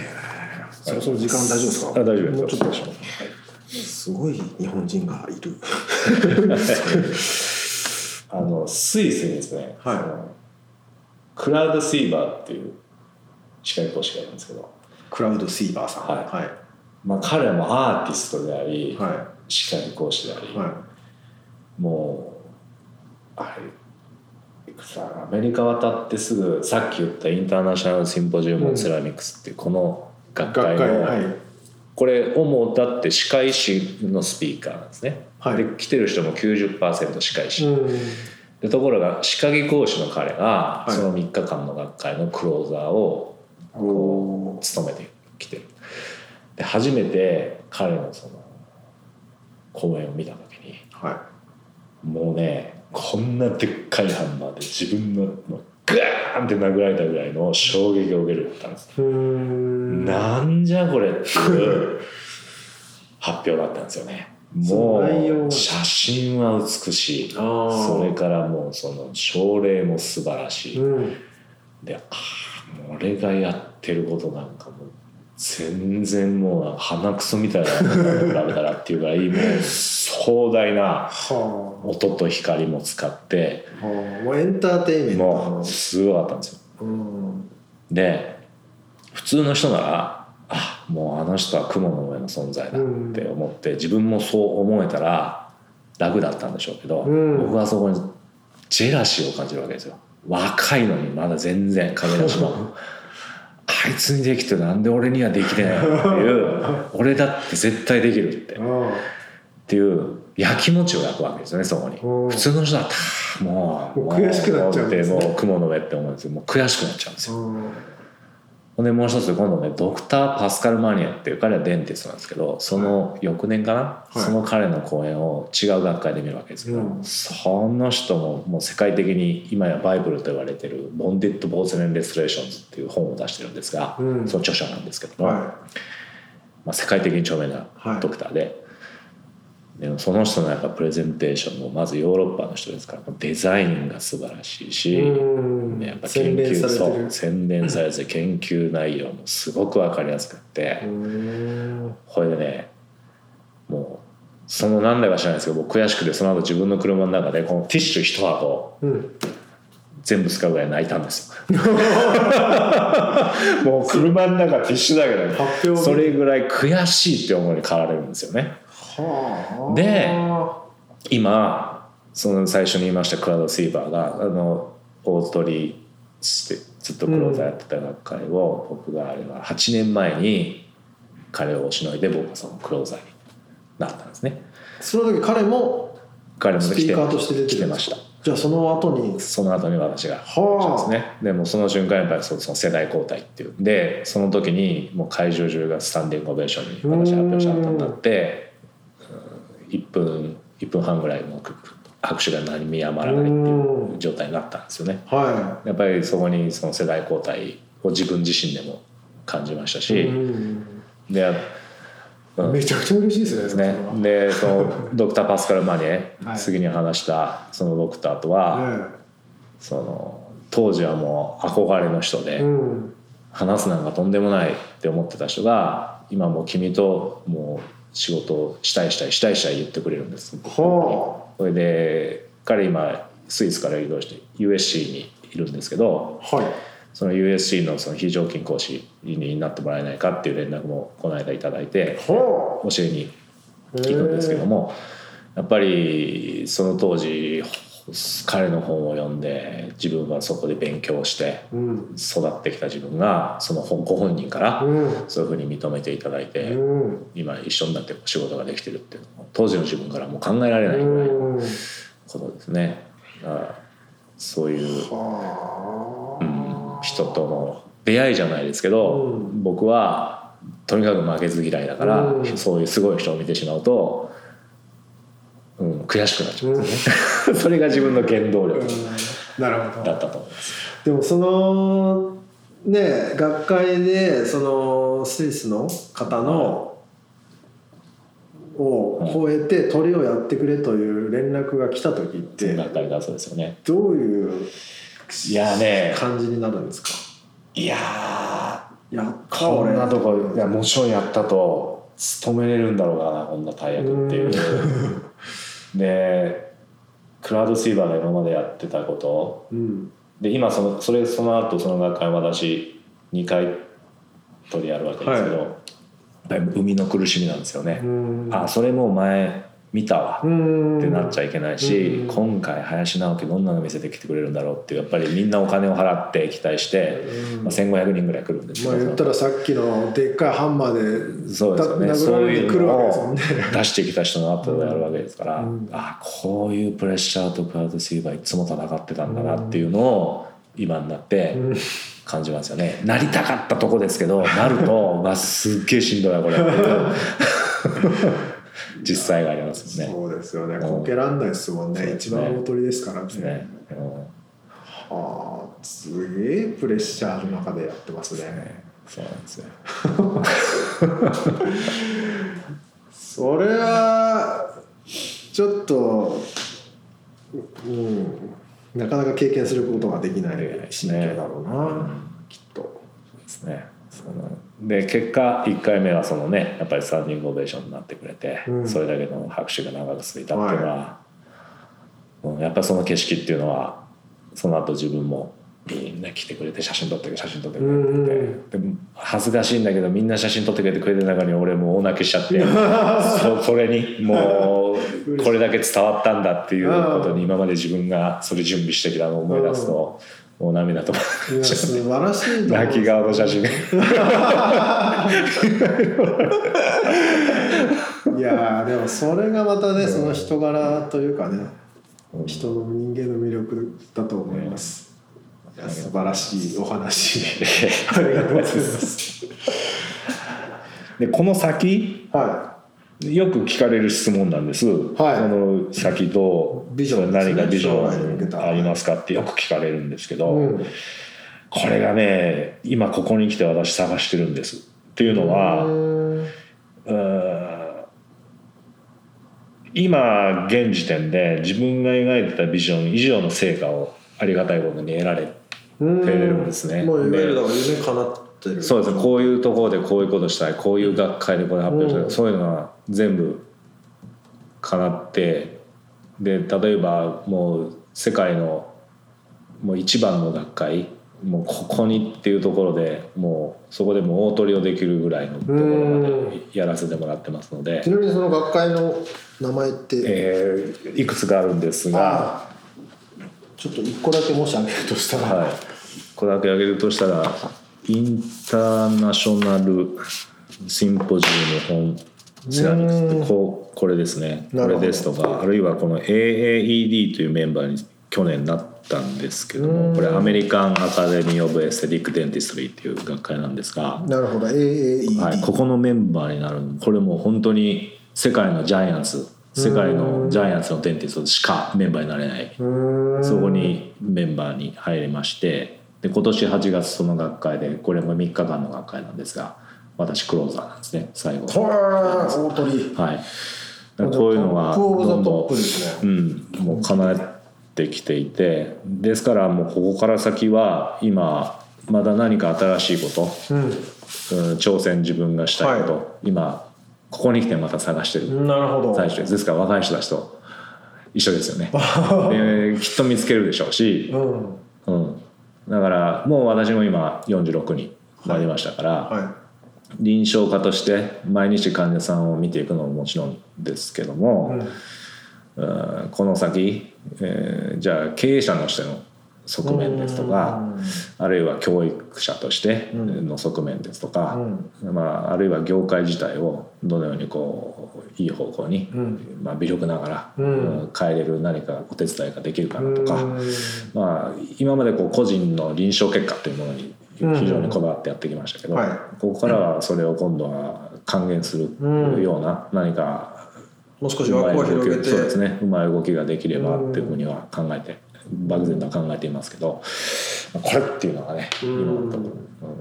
[SPEAKER 2] そろそろ時間大丈夫ですか？
[SPEAKER 3] あ大丈夫です
[SPEAKER 2] もうちょっとでしょすごい日本人がいる。
[SPEAKER 3] あのスイスにですね、
[SPEAKER 2] はい
[SPEAKER 3] そのクラウドシーバーっていう歯科医講師がいるんですけど、
[SPEAKER 2] クラウドシーバーさん。
[SPEAKER 3] はい
[SPEAKER 2] い
[SPEAKER 3] まあ、彼もアーティストであり、
[SPEAKER 2] は
[SPEAKER 3] 歯科医講師であり、
[SPEAKER 2] いはい。
[SPEAKER 3] もうあれさアメリカ渡ってすぐさっき言ったインターナショナルシンポジウム・オンセラミクスっていうこの学
[SPEAKER 2] 学
[SPEAKER 3] 会
[SPEAKER 2] 会
[SPEAKER 3] の、
[SPEAKER 2] はい
[SPEAKER 3] これ主だって歯科医師のスピーカーなんですね、
[SPEAKER 2] はい
[SPEAKER 3] で来てる人も90%歯科医師、
[SPEAKER 2] うん
[SPEAKER 3] でところが歯科技講師の彼が
[SPEAKER 2] い
[SPEAKER 3] その3日間の学会のクローザーをこう務めてきてるで初めて彼のその講演を見た時に
[SPEAKER 2] は
[SPEAKER 3] もうねこんなでっかいハンマーで自分ののガーンって殴られたぐらいの衝撃を受けるったんです
[SPEAKER 2] い。うん
[SPEAKER 3] なんじゃこれっていう発表だったんですよねも
[SPEAKER 2] その内容
[SPEAKER 3] う
[SPEAKER 2] は
[SPEAKER 3] 写真は美しい
[SPEAKER 2] あー
[SPEAKER 3] それからもうその症例も素晴らしい、
[SPEAKER 2] うん
[SPEAKER 3] であーもう俺がやってることなんかもう全然もう鼻くそみたいなのが比べたらっていうぐらいもう壮大な
[SPEAKER 2] は
[SPEAKER 3] 音と光も使って
[SPEAKER 2] あ。はあ。もうエンターテインメント
[SPEAKER 3] も
[SPEAKER 2] の
[SPEAKER 3] う。すごかったんですよ
[SPEAKER 2] うん
[SPEAKER 3] で普通の人ならあもうあの人は雲の上の存在だって思って自分もそう思えたら楽だったんでしょうけど、
[SPEAKER 2] うん
[SPEAKER 3] 僕はそこにジェラシーを感じるわけですよ若いのにまだ全然亀梨もあいつにできてなんで俺にはできてないのっていう 俺だって絶対できるって
[SPEAKER 2] ああ。
[SPEAKER 3] っていうやきもちを焼くわけですよねそこに
[SPEAKER 2] うん
[SPEAKER 3] 普通の人だったらもう
[SPEAKER 2] もう悔しくなっちゃうんですね
[SPEAKER 3] もう雲の上って思うんですよもう悔しくなっちゃうんですよ
[SPEAKER 2] うん
[SPEAKER 3] ほんでもう一つ今度ねドクター・パスカル・マニアっていう彼はデンティストなんですけどその翌年かな、
[SPEAKER 2] い
[SPEAKER 3] その彼の講演を違う学会で見るわけですけど、
[SPEAKER 2] うん
[SPEAKER 3] その人ももう世界的に今やバイブルと言われてる「ボンデッド・ボーツレン・レストレーションズ」っていう本を出してるんですが、
[SPEAKER 2] うん
[SPEAKER 3] その著者なんですけども、
[SPEAKER 2] は
[SPEAKER 3] まあ、世界的に著名な
[SPEAKER 2] はい
[SPEAKER 3] ドクターで、でもその人のやっぱプレゼンテーションもまずヨーロッパの人ですからデザインが素晴らしい
[SPEAKER 2] い。
[SPEAKER 3] し、
[SPEAKER 2] うん
[SPEAKER 3] やっぱ研
[SPEAKER 2] 洗練
[SPEAKER 3] 究
[SPEAKER 2] さ
[SPEAKER 3] そ
[SPEAKER 2] れて
[SPEAKER 3] う
[SPEAKER 2] る。
[SPEAKER 3] 洗練されて研究内容もすごく分かりやすくって、
[SPEAKER 2] うん
[SPEAKER 3] これでねもうその何だか知らないですけど僕悔しくてその後自分の車の中でこのティッシュ一箱
[SPEAKER 2] うん、
[SPEAKER 3] 全部使うぐらい泣いたんです よもう車の中ティッシュだけど
[SPEAKER 2] 発表
[SPEAKER 3] それぐらい悔しいって思いに駆られるんですよね
[SPEAKER 2] はあ
[SPEAKER 3] で今その最初に言いましたクラウドシーバーがあの大取りしてずっとクローザーやってた学会を、僕があれは8年前に彼をしのいで僕はそのクローザーになったんですね
[SPEAKER 2] その時彼も
[SPEAKER 3] 彼も
[SPEAKER 2] スピ
[SPEAKER 3] 来
[SPEAKER 2] ー
[SPEAKER 3] て
[SPEAKER 2] カーとして出て
[SPEAKER 3] 来
[SPEAKER 2] る
[SPEAKER 3] て
[SPEAKER 2] んで
[SPEAKER 3] ますし
[SPEAKER 2] か
[SPEAKER 3] た
[SPEAKER 2] じゃあその後に
[SPEAKER 3] その後に私がで
[SPEAKER 2] は
[SPEAKER 3] すねでもその瞬間やっぱりそうその世代交代っていうでその時にもう会場中がスタンディングオベーションに私発表した後になってうん1分1分半ぐらいの拍手が何もやまらないっていう状態になったんですよね
[SPEAKER 2] あは
[SPEAKER 3] やっぱりそこにその世代交代を自分自身でも感じました
[SPEAKER 2] い、
[SPEAKER 3] し、
[SPEAKER 2] うん
[SPEAKER 3] でうん
[SPEAKER 2] めちゃくちゃ嬉しいですね
[SPEAKER 3] です
[SPEAKER 2] それ
[SPEAKER 3] ね
[SPEAKER 2] は、
[SPEAKER 3] でそのドクター・パスカル・マニエ、
[SPEAKER 2] はい
[SPEAKER 3] 次に話したそのドクターとは、その当時はもう憧れの人で、
[SPEAKER 2] ええうん
[SPEAKER 3] 話すなんかとんでもないって思ってた人が今もう君ともう仕事をしたいしたいしたいしたい言ってくれるんです
[SPEAKER 2] は
[SPEAKER 3] それで彼今スイスから移動して USC にいるんですけど
[SPEAKER 2] あはい
[SPEAKER 3] その USC のその非常勤講師になってもらえないかっていう連絡もこの間いただいて
[SPEAKER 2] は
[SPEAKER 3] 教えに
[SPEAKER 2] あ
[SPEAKER 3] 行くんですけどもやっぱりその当時彼の本を読んで自分はそこで勉強して
[SPEAKER 2] へえうん
[SPEAKER 3] 育ってきた自分がその本ご本人から
[SPEAKER 2] うん
[SPEAKER 3] そういうふうに認めていただいて
[SPEAKER 2] うん
[SPEAKER 3] 今一緒になって仕事ができてるっていうのも当時の自分からもう考えられないぐらいの
[SPEAKER 2] うん
[SPEAKER 3] ことですね。だからそういう
[SPEAKER 2] は
[SPEAKER 3] うん人との出会いじゃないですけど、
[SPEAKER 2] うん
[SPEAKER 3] 僕はとにかく負けず嫌いだから、
[SPEAKER 2] うん
[SPEAKER 3] そういうすごい人を見てしまうと、うん、悔しくなっちゃう、 それが自分の原動
[SPEAKER 2] あう
[SPEAKER 3] 力
[SPEAKER 2] んなるほど
[SPEAKER 3] だったと思います、
[SPEAKER 2] でもそのね学会でそのスイスの方のを超えて鳥をやってくれという連絡が来た時って
[SPEAKER 3] 学会がそうですよね
[SPEAKER 2] どういう
[SPEAKER 3] いやーね
[SPEAKER 2] 感じになるんですか
[SPEAKER 3] いや
[SPEAKER 2] やっ
[SPEAKER 3] ー
[SPEAKER 2] た
[SPEAKER 3] こ
[SPEAKER 2] 俺
[SPEAKER 3] んなとこいやもちろんやったと勤めれるんだろうかなこんな大役っていうでクラウドシーバーが今までやってたこと
[SPEAKER 2] うん
[SPEAKER 3] で今そのそれその後その学会私2回取りやるわけですけど、
[SPEAKER 2] は
[SPEAKER 3] やっぱり海の苦しみなんですよね、
[SPEAKER 2] うん
[SPEAKER 3] あそれもう前見たわ
[SPEAKER 2] うん
[SPEAKER 3] ってなっちゃいけないし、
[SPEAKER 2] うん
[SPEAKER 3] 今回林直樹どんなの見せてきてくれるんだろうっていうやっぱりみんなお金を払って期待して、
[SPEAKER 2] うん
[SPEAKER 3] まあ、1500人ぐらい来るんですけ
[SPEAKER 2] まあ
[SPEAKER 3] ど、
[SPEAKER 2] 言ったらさっきのでっかいハンマーで
[SPEAKER 3] そうですよね
[SPEAKER 2] だ
[SPEAKER 3] そ
[SPEAKER 2] 殴
[SPEAKER 3] う
[SPEAKER 2] られ
[SPEAKER 3] い
[SPEAKER 2] てく
[SPEAKER 3] う
[SPEAKER 2] るわけ
[SPEAKER 3] の
[SPEAKER 2] ですも
[SPEAKER 3] を
[SPEAKER 2] んね
[SPEAKER 3] 出してきた人の後をやるわけですから、
[SPEAKER 2] うん
[SPEAKER 3] あこういうプレッシャーとクラウドシーバーいつも戦ってたんだなっていうのを今になって
[SPEAKER 2] うん
[SPEAKER 3] 感じますよね、なりたかったとこですけどなる とまあすっげえしんどいわこれ実際がありますよね。
[SPEAKER 2] そうですよね
[SPEAKER 3] うん
[SPEAKER 2] こけらんないですもんね、
[SPEAKER 3] そうです
[SPEAKER 2] 一
[SPEAKER 3] ね
[SPEAKER 2] 番大鳥ですからね
[SPEAKER 3] ねうん
[SPEAKER 2] ああすげえプレッシャーの中でやってますね
[SPEAKER 3] そうなんですよ
[SPEAKER 2] それはちょっとうんなかなか経験することができない心境だろうな、きっと
[SPEAKER 3] ですね。そので結果1回目はそのねやっぱりスタンディングオベーションになってくれて、
[SPEAKER 2] うん
[SPEAKER 3] それだけの拍手が長く続いたっていうのは、うん、やっぱりその景色っていうのはその後自分もみんな来てくれて写真撮ってくれ写真撮ってくれって言って、で恥ずかしいんだけどみんな写真撮ってくれてくれてる中に俺もう大泣きしちゃってそそれにもう
[SPEAKER 2] 嬉しい
[SPEAKER 3] これだけ伝わったんだっていうことに今まで自分がそれ準備してきたのを思い出すと、もう涙止まらない
[SPEAKER 2] い や素晴らしいと思う
[SPEAKER 3] 泣き顔の写真が
[SPEAKER 2] いやーでもそれがまたねその人柄というかね人の人間の魅力だと思います、いや素晴らしいお話 ありがとうございます
[SPEAKER 3] でこの先
[SPEAKER 2] は
[SPEAKER 3] よく聞かれる質問なんです、
[SPEAKER 2] はい
[SPEAKER 3] この先どう
[SPEAKER 2] ビジョンですね
[SPEAKER 3] 何かビジ
[SPEAKER 2] 将来に向け
[SPEAKER 3] ョン
[SPEAKER 2] た
[SPEAKER 3] ありますかってよく聞かれるんですけど、
[SPEAKER 2] うん
[SPEAKER 3] これがね今ここに来て私探してるんですっていうのは、
[SPEAKER 2] うん
[SPEAKER 3] うーん今現時点で自分が描いてたビジョン以上の成果をありがたいことに得られ
[SPEAKER 2] うん
[SPEAKER 3] てるんですね
[SPEAKER 2] もういわゆる
[SPEAKER 3] で
[SPEAKER 2] だから夢叶ってる
[SPEAKER 3] そうですねこういうところでこういうことしたいこういう学会でこれ発表したい、
[SPEAKER 2] うん
[SPEAKER 3] そういうのは全部叶ってで例えばもう世界のもう一番の学会もうここにっていうところでもうそこでもう大トリをできるぐらいのところまでやらせてもらってますので
[SPEAKER 2] ち、なみにその学会の名前って
[SPEAKER 3] えーいくつかあるんですが。
[SPEAKER 2] ちょっと一個だけもしあげるとしたら、
[SPEAKER 3] はい、これだけ挙げるとしたらインターナショナルシンポジウム本セラミックスってこうこれですね
[SPEAKER 2] なる
[SPEAKER 3] これ
[SPEAKER 2] ほど
[SPEAKER 3] ですとかあるいはこの AAED というメンバーに去年なったんですけどもこれアメリカン・アカデミー・オブ・エステティック・デンティストリーっていう学会なんですが、
[SPEAKER 2] なるほど AAED、
[SPEAKER 3] はい、ここのメンバーになるこれもう本当に世界のジャイアンツ世界のジャイアンツのデンティストしかメンバーになれない。
[SPEAKER 2] うん
[SPEAKER 3] そこにメンバーに入りましてで今年8月その学会でこれも3日間の学会なんですが私クローザーなんですね最後
[SPEAKER 2] ほら大鳥
[SPEAKER 3] はいだからこういうのは
[SPEAKER 2] トップオブザ
[SPEAKER 3] どんど
[SPEAKER 2] ト
[SPEAKER 3] ん
[SPEAKER 2] ップです
[SPEAKER 3] う
[SPEAKER 2] ね
[SPEAKER 3] ん、もう叶えてきていてですからもうここから先は今まだ何か新しいこと
[SPEAKER 2] うん
[SPEAKER 3] うん挑戦自分がしたいこと、今ここに来てまた探してる
[SPEAKER 2] なるほど
[SPEAKER 3] 最初ですですから若い人たちと一緒ですよ ねできっと見つけるでしょうし、
[SPEAKER 2] うん
[SPEAKER 3] うん、だからもう私も今46になりましたから、
[SPEAKER 2] は
[SPEAKER 3] 臨床家として毎日患者さんを見ていくのももちろんですけども
[SPEAKER 2] い、、うん
[SPEAKER 3] うんこの先、えーじゃあ経営者としての側面ですとかあるいは教育者として
[SPEAKER 2] うん
[SPEAKER 3] の側面ですと
[SPEAKER 2] う
[SPEAKER 3] か、
[SPEAKER 2] ん
[SPEAKER 3] まあ、あるいは業界自体をどのようにこういい方向に、
[SPEAKER 2] うん
[SPEAKER 3] まあ、微力ながら、
[SPEAKER 2] うん
[SPEAKER 3] うん変えれる何かお手伝いができるか
[SPEAKER 2] う
[SPEAKER 3] なんとか、まあ、今までこう個人の臨床結果というものに非常にこだわってやってきましたけど、
[SPEAKER 2] うんはい
[SPEAKER 3] ここからはそれを今度は還元するような何か
[SPEAKER 2] もう少
[SPEAKER 3] う
[SPEAKER 2] し
[SPEAKER 3] まい
[SPEAKER 2] 枠を広
[SPEAKER 3] 動き
[SPEAKER 2] げ
[SPEAKER 3] を
[SPEAKER 2] て
[SPEAKER 3] そうですねうまい動きができれば
[SPEAKER 2] うん
[SPEAKER 3] っていうふうには考えて漠然とは考えていますけどこれっていうのがね
[SPEAKER 2] うん
[SPEAKER 3] 今のところう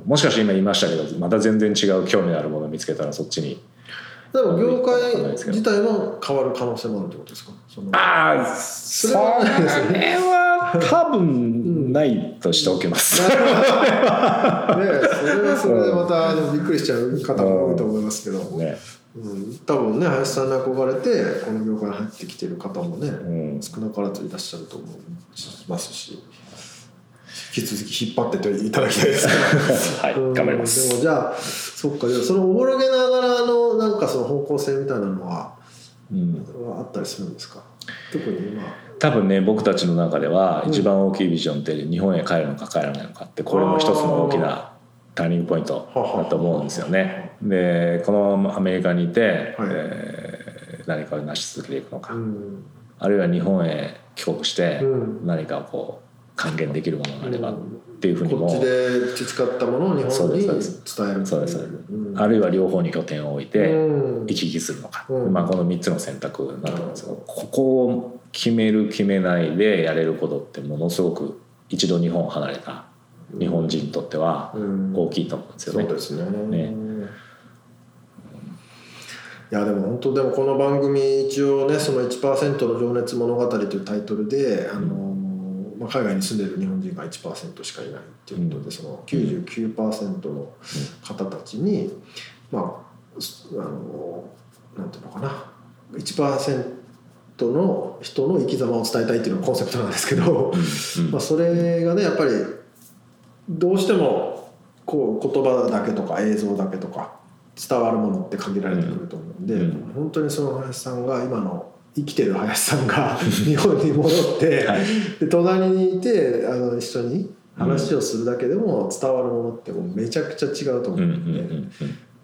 [SPEAKER 3] んもしかして今言いましたけどまた全然違う興味のあるものを見つけたらそっちに
[SPEAKER 2] でも業界自体は変わる可能性もあるってことですかその
[SPEAKER 3] ああ
[SPEAKER 2] それ
[SPEAKER 3] それ
[SPEAKER 2] はないですね
[SPEAKER 3] は多分ないとしておきます。
[SPEAKER 2] ねそれはそれでまたあのびっくりしちゃう方も多いと思いますけど、
[SPEAKER 3] ね
[SPEAKER 2] うん、多分ね林さんに憧れてこの業界に入ってきてる方もね、
[SPEAKER 3] ん
[SPEAKER 2] 少なからずいらっしゃると思いますし引き続き引っ張ってっていただきたいです
[SPEAKER 3] はい、
[SPEAKER 2] うん
[SPEAKER 3] 頑張ります。
[SPEAKER 2] でもじゃあそっかでもそのおぼろげながらのなんかその方向性みたいなのは
[SPEAKER 3] うん
[SPEAKER 2] はあったりするんですか特に今
[SPEAKER 3] 多分ね僕たちの中では一番大きいビジョンって日本へ帰るのか帰らないのかってこれも一つの大きなターニングポイントだと思うんですよね。でこのままアメリカにいて、
[SPEAKER 2] はい
[SPEAKER 3] えー何かを成し続けていくのか、
[SPEAKER 2] ん
[SPEAKER 3] あるいは日本へ帰国して
[SPEAKER 2] うん
[SPEAKER 3] 何かこう還元できるものがあれば
[SPEAKER 2] う
[SPEAKER 3] っ
[SPEAKER 2] ん
[SPEAKER 3] ていうふうに
[SPEAKER 2] こ
[SPEAKER 3] も、
[SPEAKER 2] っちで培ったものを日
[SPEAKER 3] そう
[SPEAKER 2] 本
[SPEAKER 3] で
[SPEAKER 2] に
[SPEAKER 3] す
[SPEAKER 2] 伝
[SPEAKER 3] そう
[SPEAKER 2] え
[SPEAKER 3] で
[SPEAKER 2] る
[SPEAKER 3] そうです
[SPEAKER 2] うん
[SPEAKER 3] あるいは両方に拠点を置いて、
[SPEAKER 2] うん
[SPEAKER 3] 行き来するのか、
[SPEAKER 2] うん
[SPEAKER 3] まあ、この3つの選択だと思うんですけどここを決める決めないでやれることってものすごく一度日本を離れた日本人にとっては
[SPEAKER 2] うん
[SPEAKER 3] 大きいと思うんですよ
[SPEAKER 2] そう
[SPEAKER 3] ね。
[SPEAKER 2] ですね
[SPEAKER 3] ね
[SPEAKER 2] いやでも本当でもこの番組一応ね「その1%の情熱物語」というタイトルで、あのまあ、海外に住んでる日本人が1%しかいないっていうことで、
[SPEAKER 3] うん
[SPEAKER 2] その99%の方たちに、まあすあのなんていうのかな1%の人の生き様を伝えたいっていうのがコンセプトなんですけど。
[SPEAKER 3] うん
[SPEAKER 2] まあ、それがねやっぱりどうしてもこう言葉だけとか映像だけとか伝わるものって限られてくると思うんで、
[SPEAKER 3] うん
[SPEAKER 2] 本当にその林さんが今の生きてる林さんが 日本に戻って、
[SPEAKER 3] はい
[SPEAKER 2] で隣にいてあの一緒に話をするだけでも伝わるものってもうめちゃくちゃ違うと思う
[SPEAKER 3] うんうん
[SPEAKER 2] んで、
[SPEAKER 3] うんうん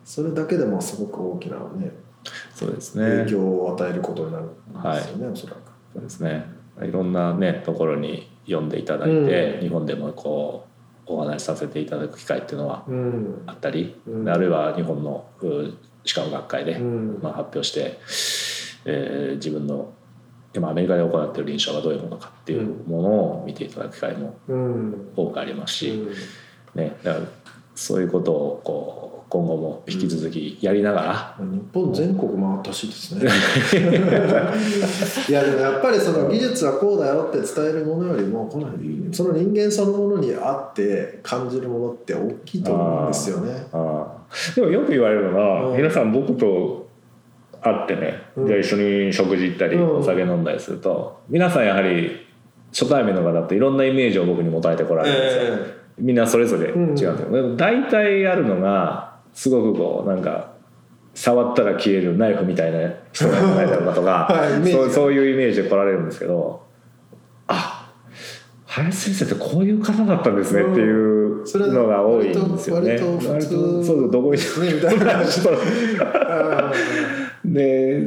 [SPEAKER 2] それだけでもすごく大きな、ね、
[SPEAKER 3] そうですね
[SPEAKER 2] 影響を与えることになるんですよね、おそらく。
[SPEAKER 3] そうですねいろんなねところに読んでいただいて、
[SPEAKER 2] うん
[SPEAKER 3] 日本でもこうお話しさせていただく機会っていうのは
[SPEAKER 2] うん
[SPEAKER 3] あったり、
[SPEAKER 2] うん
[SPEAKER 3] あるいは日本のうん歯科の学会で、
[SPEAKER 2] うん
[SPEAKER 3] まあ、発表して、えー自分の今アメリカで行っている臨床がどういうものかっていうものを見ていただく機会も
[SPEAKER 2] うん
[SPEAKER 3] 多くあります
[SPEAKER 2] う
[SPEAKER 3] し、
[SPEAKER 2] ん
[SPEAKER 3] ね、だからそういうことをこう今後も引き続きやりなが
[SPEAKER 2] 日本全国回ってほしいです ねいやでもやっぱりその技術はこうだよって伝えるものよりもこのその人間そのものにあって感じるものって大きいと思うんですよね
[SPEAKER 3] ら、あーでもよく言われるのは、
[SPEAKER 2] うん
[SPEAKER 3] 皆さん僕と会ってね、
[SPEAKER 2] うん
[SPEAKER 3] じゃあ一緒に食事行ったり、
[SPEAKER 2] うん
[SPEAKER 3] お酒飲んだりすると皆さんやはり初対面の方っていろんなイメージを僕に持たれてこられるんですよ。
[SPEAKER 2] え
[SPEAKER 3] みんなそれぞれ違うんですよ、
[SPEAKER 2] う
[SPEAKER 3] でも大体あるのがすごくこうなんか触ったら消えるナイフみたいな人がいないだろうかとか、
[SPEAKER 2] はいイメージ
[SPEAKER 3] そうそういうイメージで来られるんですけどあ林先生ってこういう方だったんですねっていう
[SPEAKER 2] それは
[SPEAKER 3] のが多いんですよね。
[SPEAKER 2] 割と割と普通
[SPEAKER 3] 割とそうそうどこに
[SPEAKER 2] えねみたいなあ
[SPEAKER 3] で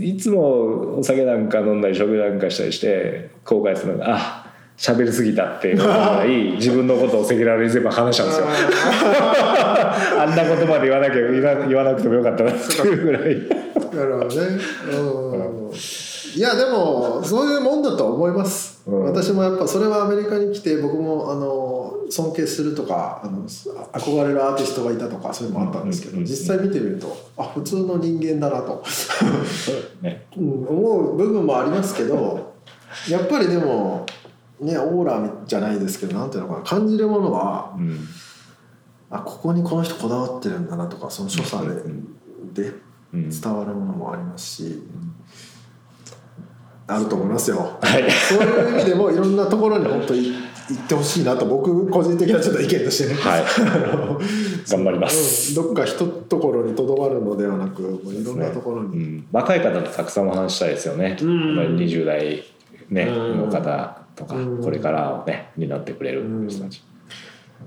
[SPEAKER 3] いつもお酒なんか飲んだり食事なんかしたりして後悔するのがあ喋りすぎたっていうぐらい自分のことを赤裸々に全部話したんですよあんな言葉で言わなきゃ言わ言わなくてもよかったなっていうぐらい
[SPEAKER 2] ーなるほどねうんいやでもそういうもんだと思います、
[SPEAKER 3] うん
[SPEAKER 2] 私もやっぱそれはアメリカに来て僕もあの尊敬するとかあの憧れるアーティストがいたとかそういうのもあったんですけど、
[SPEAKER 3] うんうんうんうん
[SPEAKER 2] 実際見てみるとあ普通の人間だなと、
[SPEAKER 3] ね
[SPEAKER 2] うん思う部分もありますけどやっぱりでもねオーラじゃないですけどなんていうのかな感じるものは
[SPEAKER 3] うん
[SPEAKER 2] あここにこの人こだわってるんだなとかその所作で。で
[SPEAKER 3] うん
[SPEAKER 2] 伝わるものもありますし、あると思いますよ、
[SPEAKER 3] はい
[SPEAKER 2] そういう意味でもいろんなところに本当に行ってほしいなと僕個人的なちょっと意見としてね、
[SPEAKER 3] は い
[SPEAKER 2] あの
[SPEAKER 3] 頑張ります、
[SPEAKER 2] うんどっか一ところにとどまるのではなくもういろんなところ
[SPEAKER 3] う
[SPEAKER 2] に、
[SPEAKER 3] ん、若い方とたくさんお話ししたいですよね、
[SPEAKER 2] うん
[SPEAKER 3] やっぱり20代、ね
[SPEAKER 2] うん
[SPEAKER 3] の方とか、
[SPEAKER 2] うん
[SPEAKER 3] これからをね担ってくれる人たち、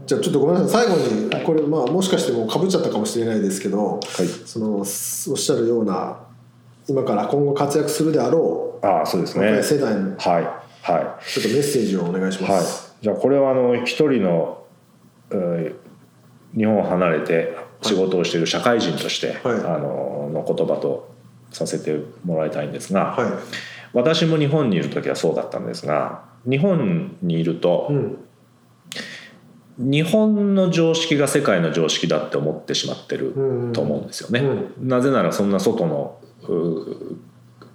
[SPEAKER 2] じゃあちょっとごめんなさい最後に
[SPEAKER 3] はい
[SPEAKER 2] これまあもしかしてもうかぶっちゃったかもしれないですけど、
[SPEAKER 3] はい
[SPEAKER 2] そのおっしゃるような今から今後活躍するであろ
[SPEAKER 3] ああそうです
[SPEAKER 2] う若
[SPEAKER 3] ね
[SPEAKER 2] い世代に
[SPEAKER 3] はいはい
[SPEAKER 2] ちょっとメッセージをお願いしま
[SPEAKER 3] はい
[SPEAKER 2] す。、
[SPEAKER 3] じゃあこれはあの一人の、えー日本を離れて仕事をしている社会人として、
[SPEAKER 2] はい
[SPEAKER 3] あのの言葉とさせてもらいたいんですが、
[SPEAKER 2] はい、
[SPEAKER 3] 私も日本にいる時はそうだったんですが日本にいる
[SPEAKER 2] う
[SPEAKER 3] と、
[SPEAKER 2] ん、
[SPEAKER 3] 日本の常識が世界の常識だって思ってしまって
[SPEAKER 2] う
[SPEAKER 3] る
[SPEAKER 2] んうん
[SPEAKER 3] と思うんですよね。
[SPEAKER 2] うん
[SPEAKER 3] なぜならそんな外のう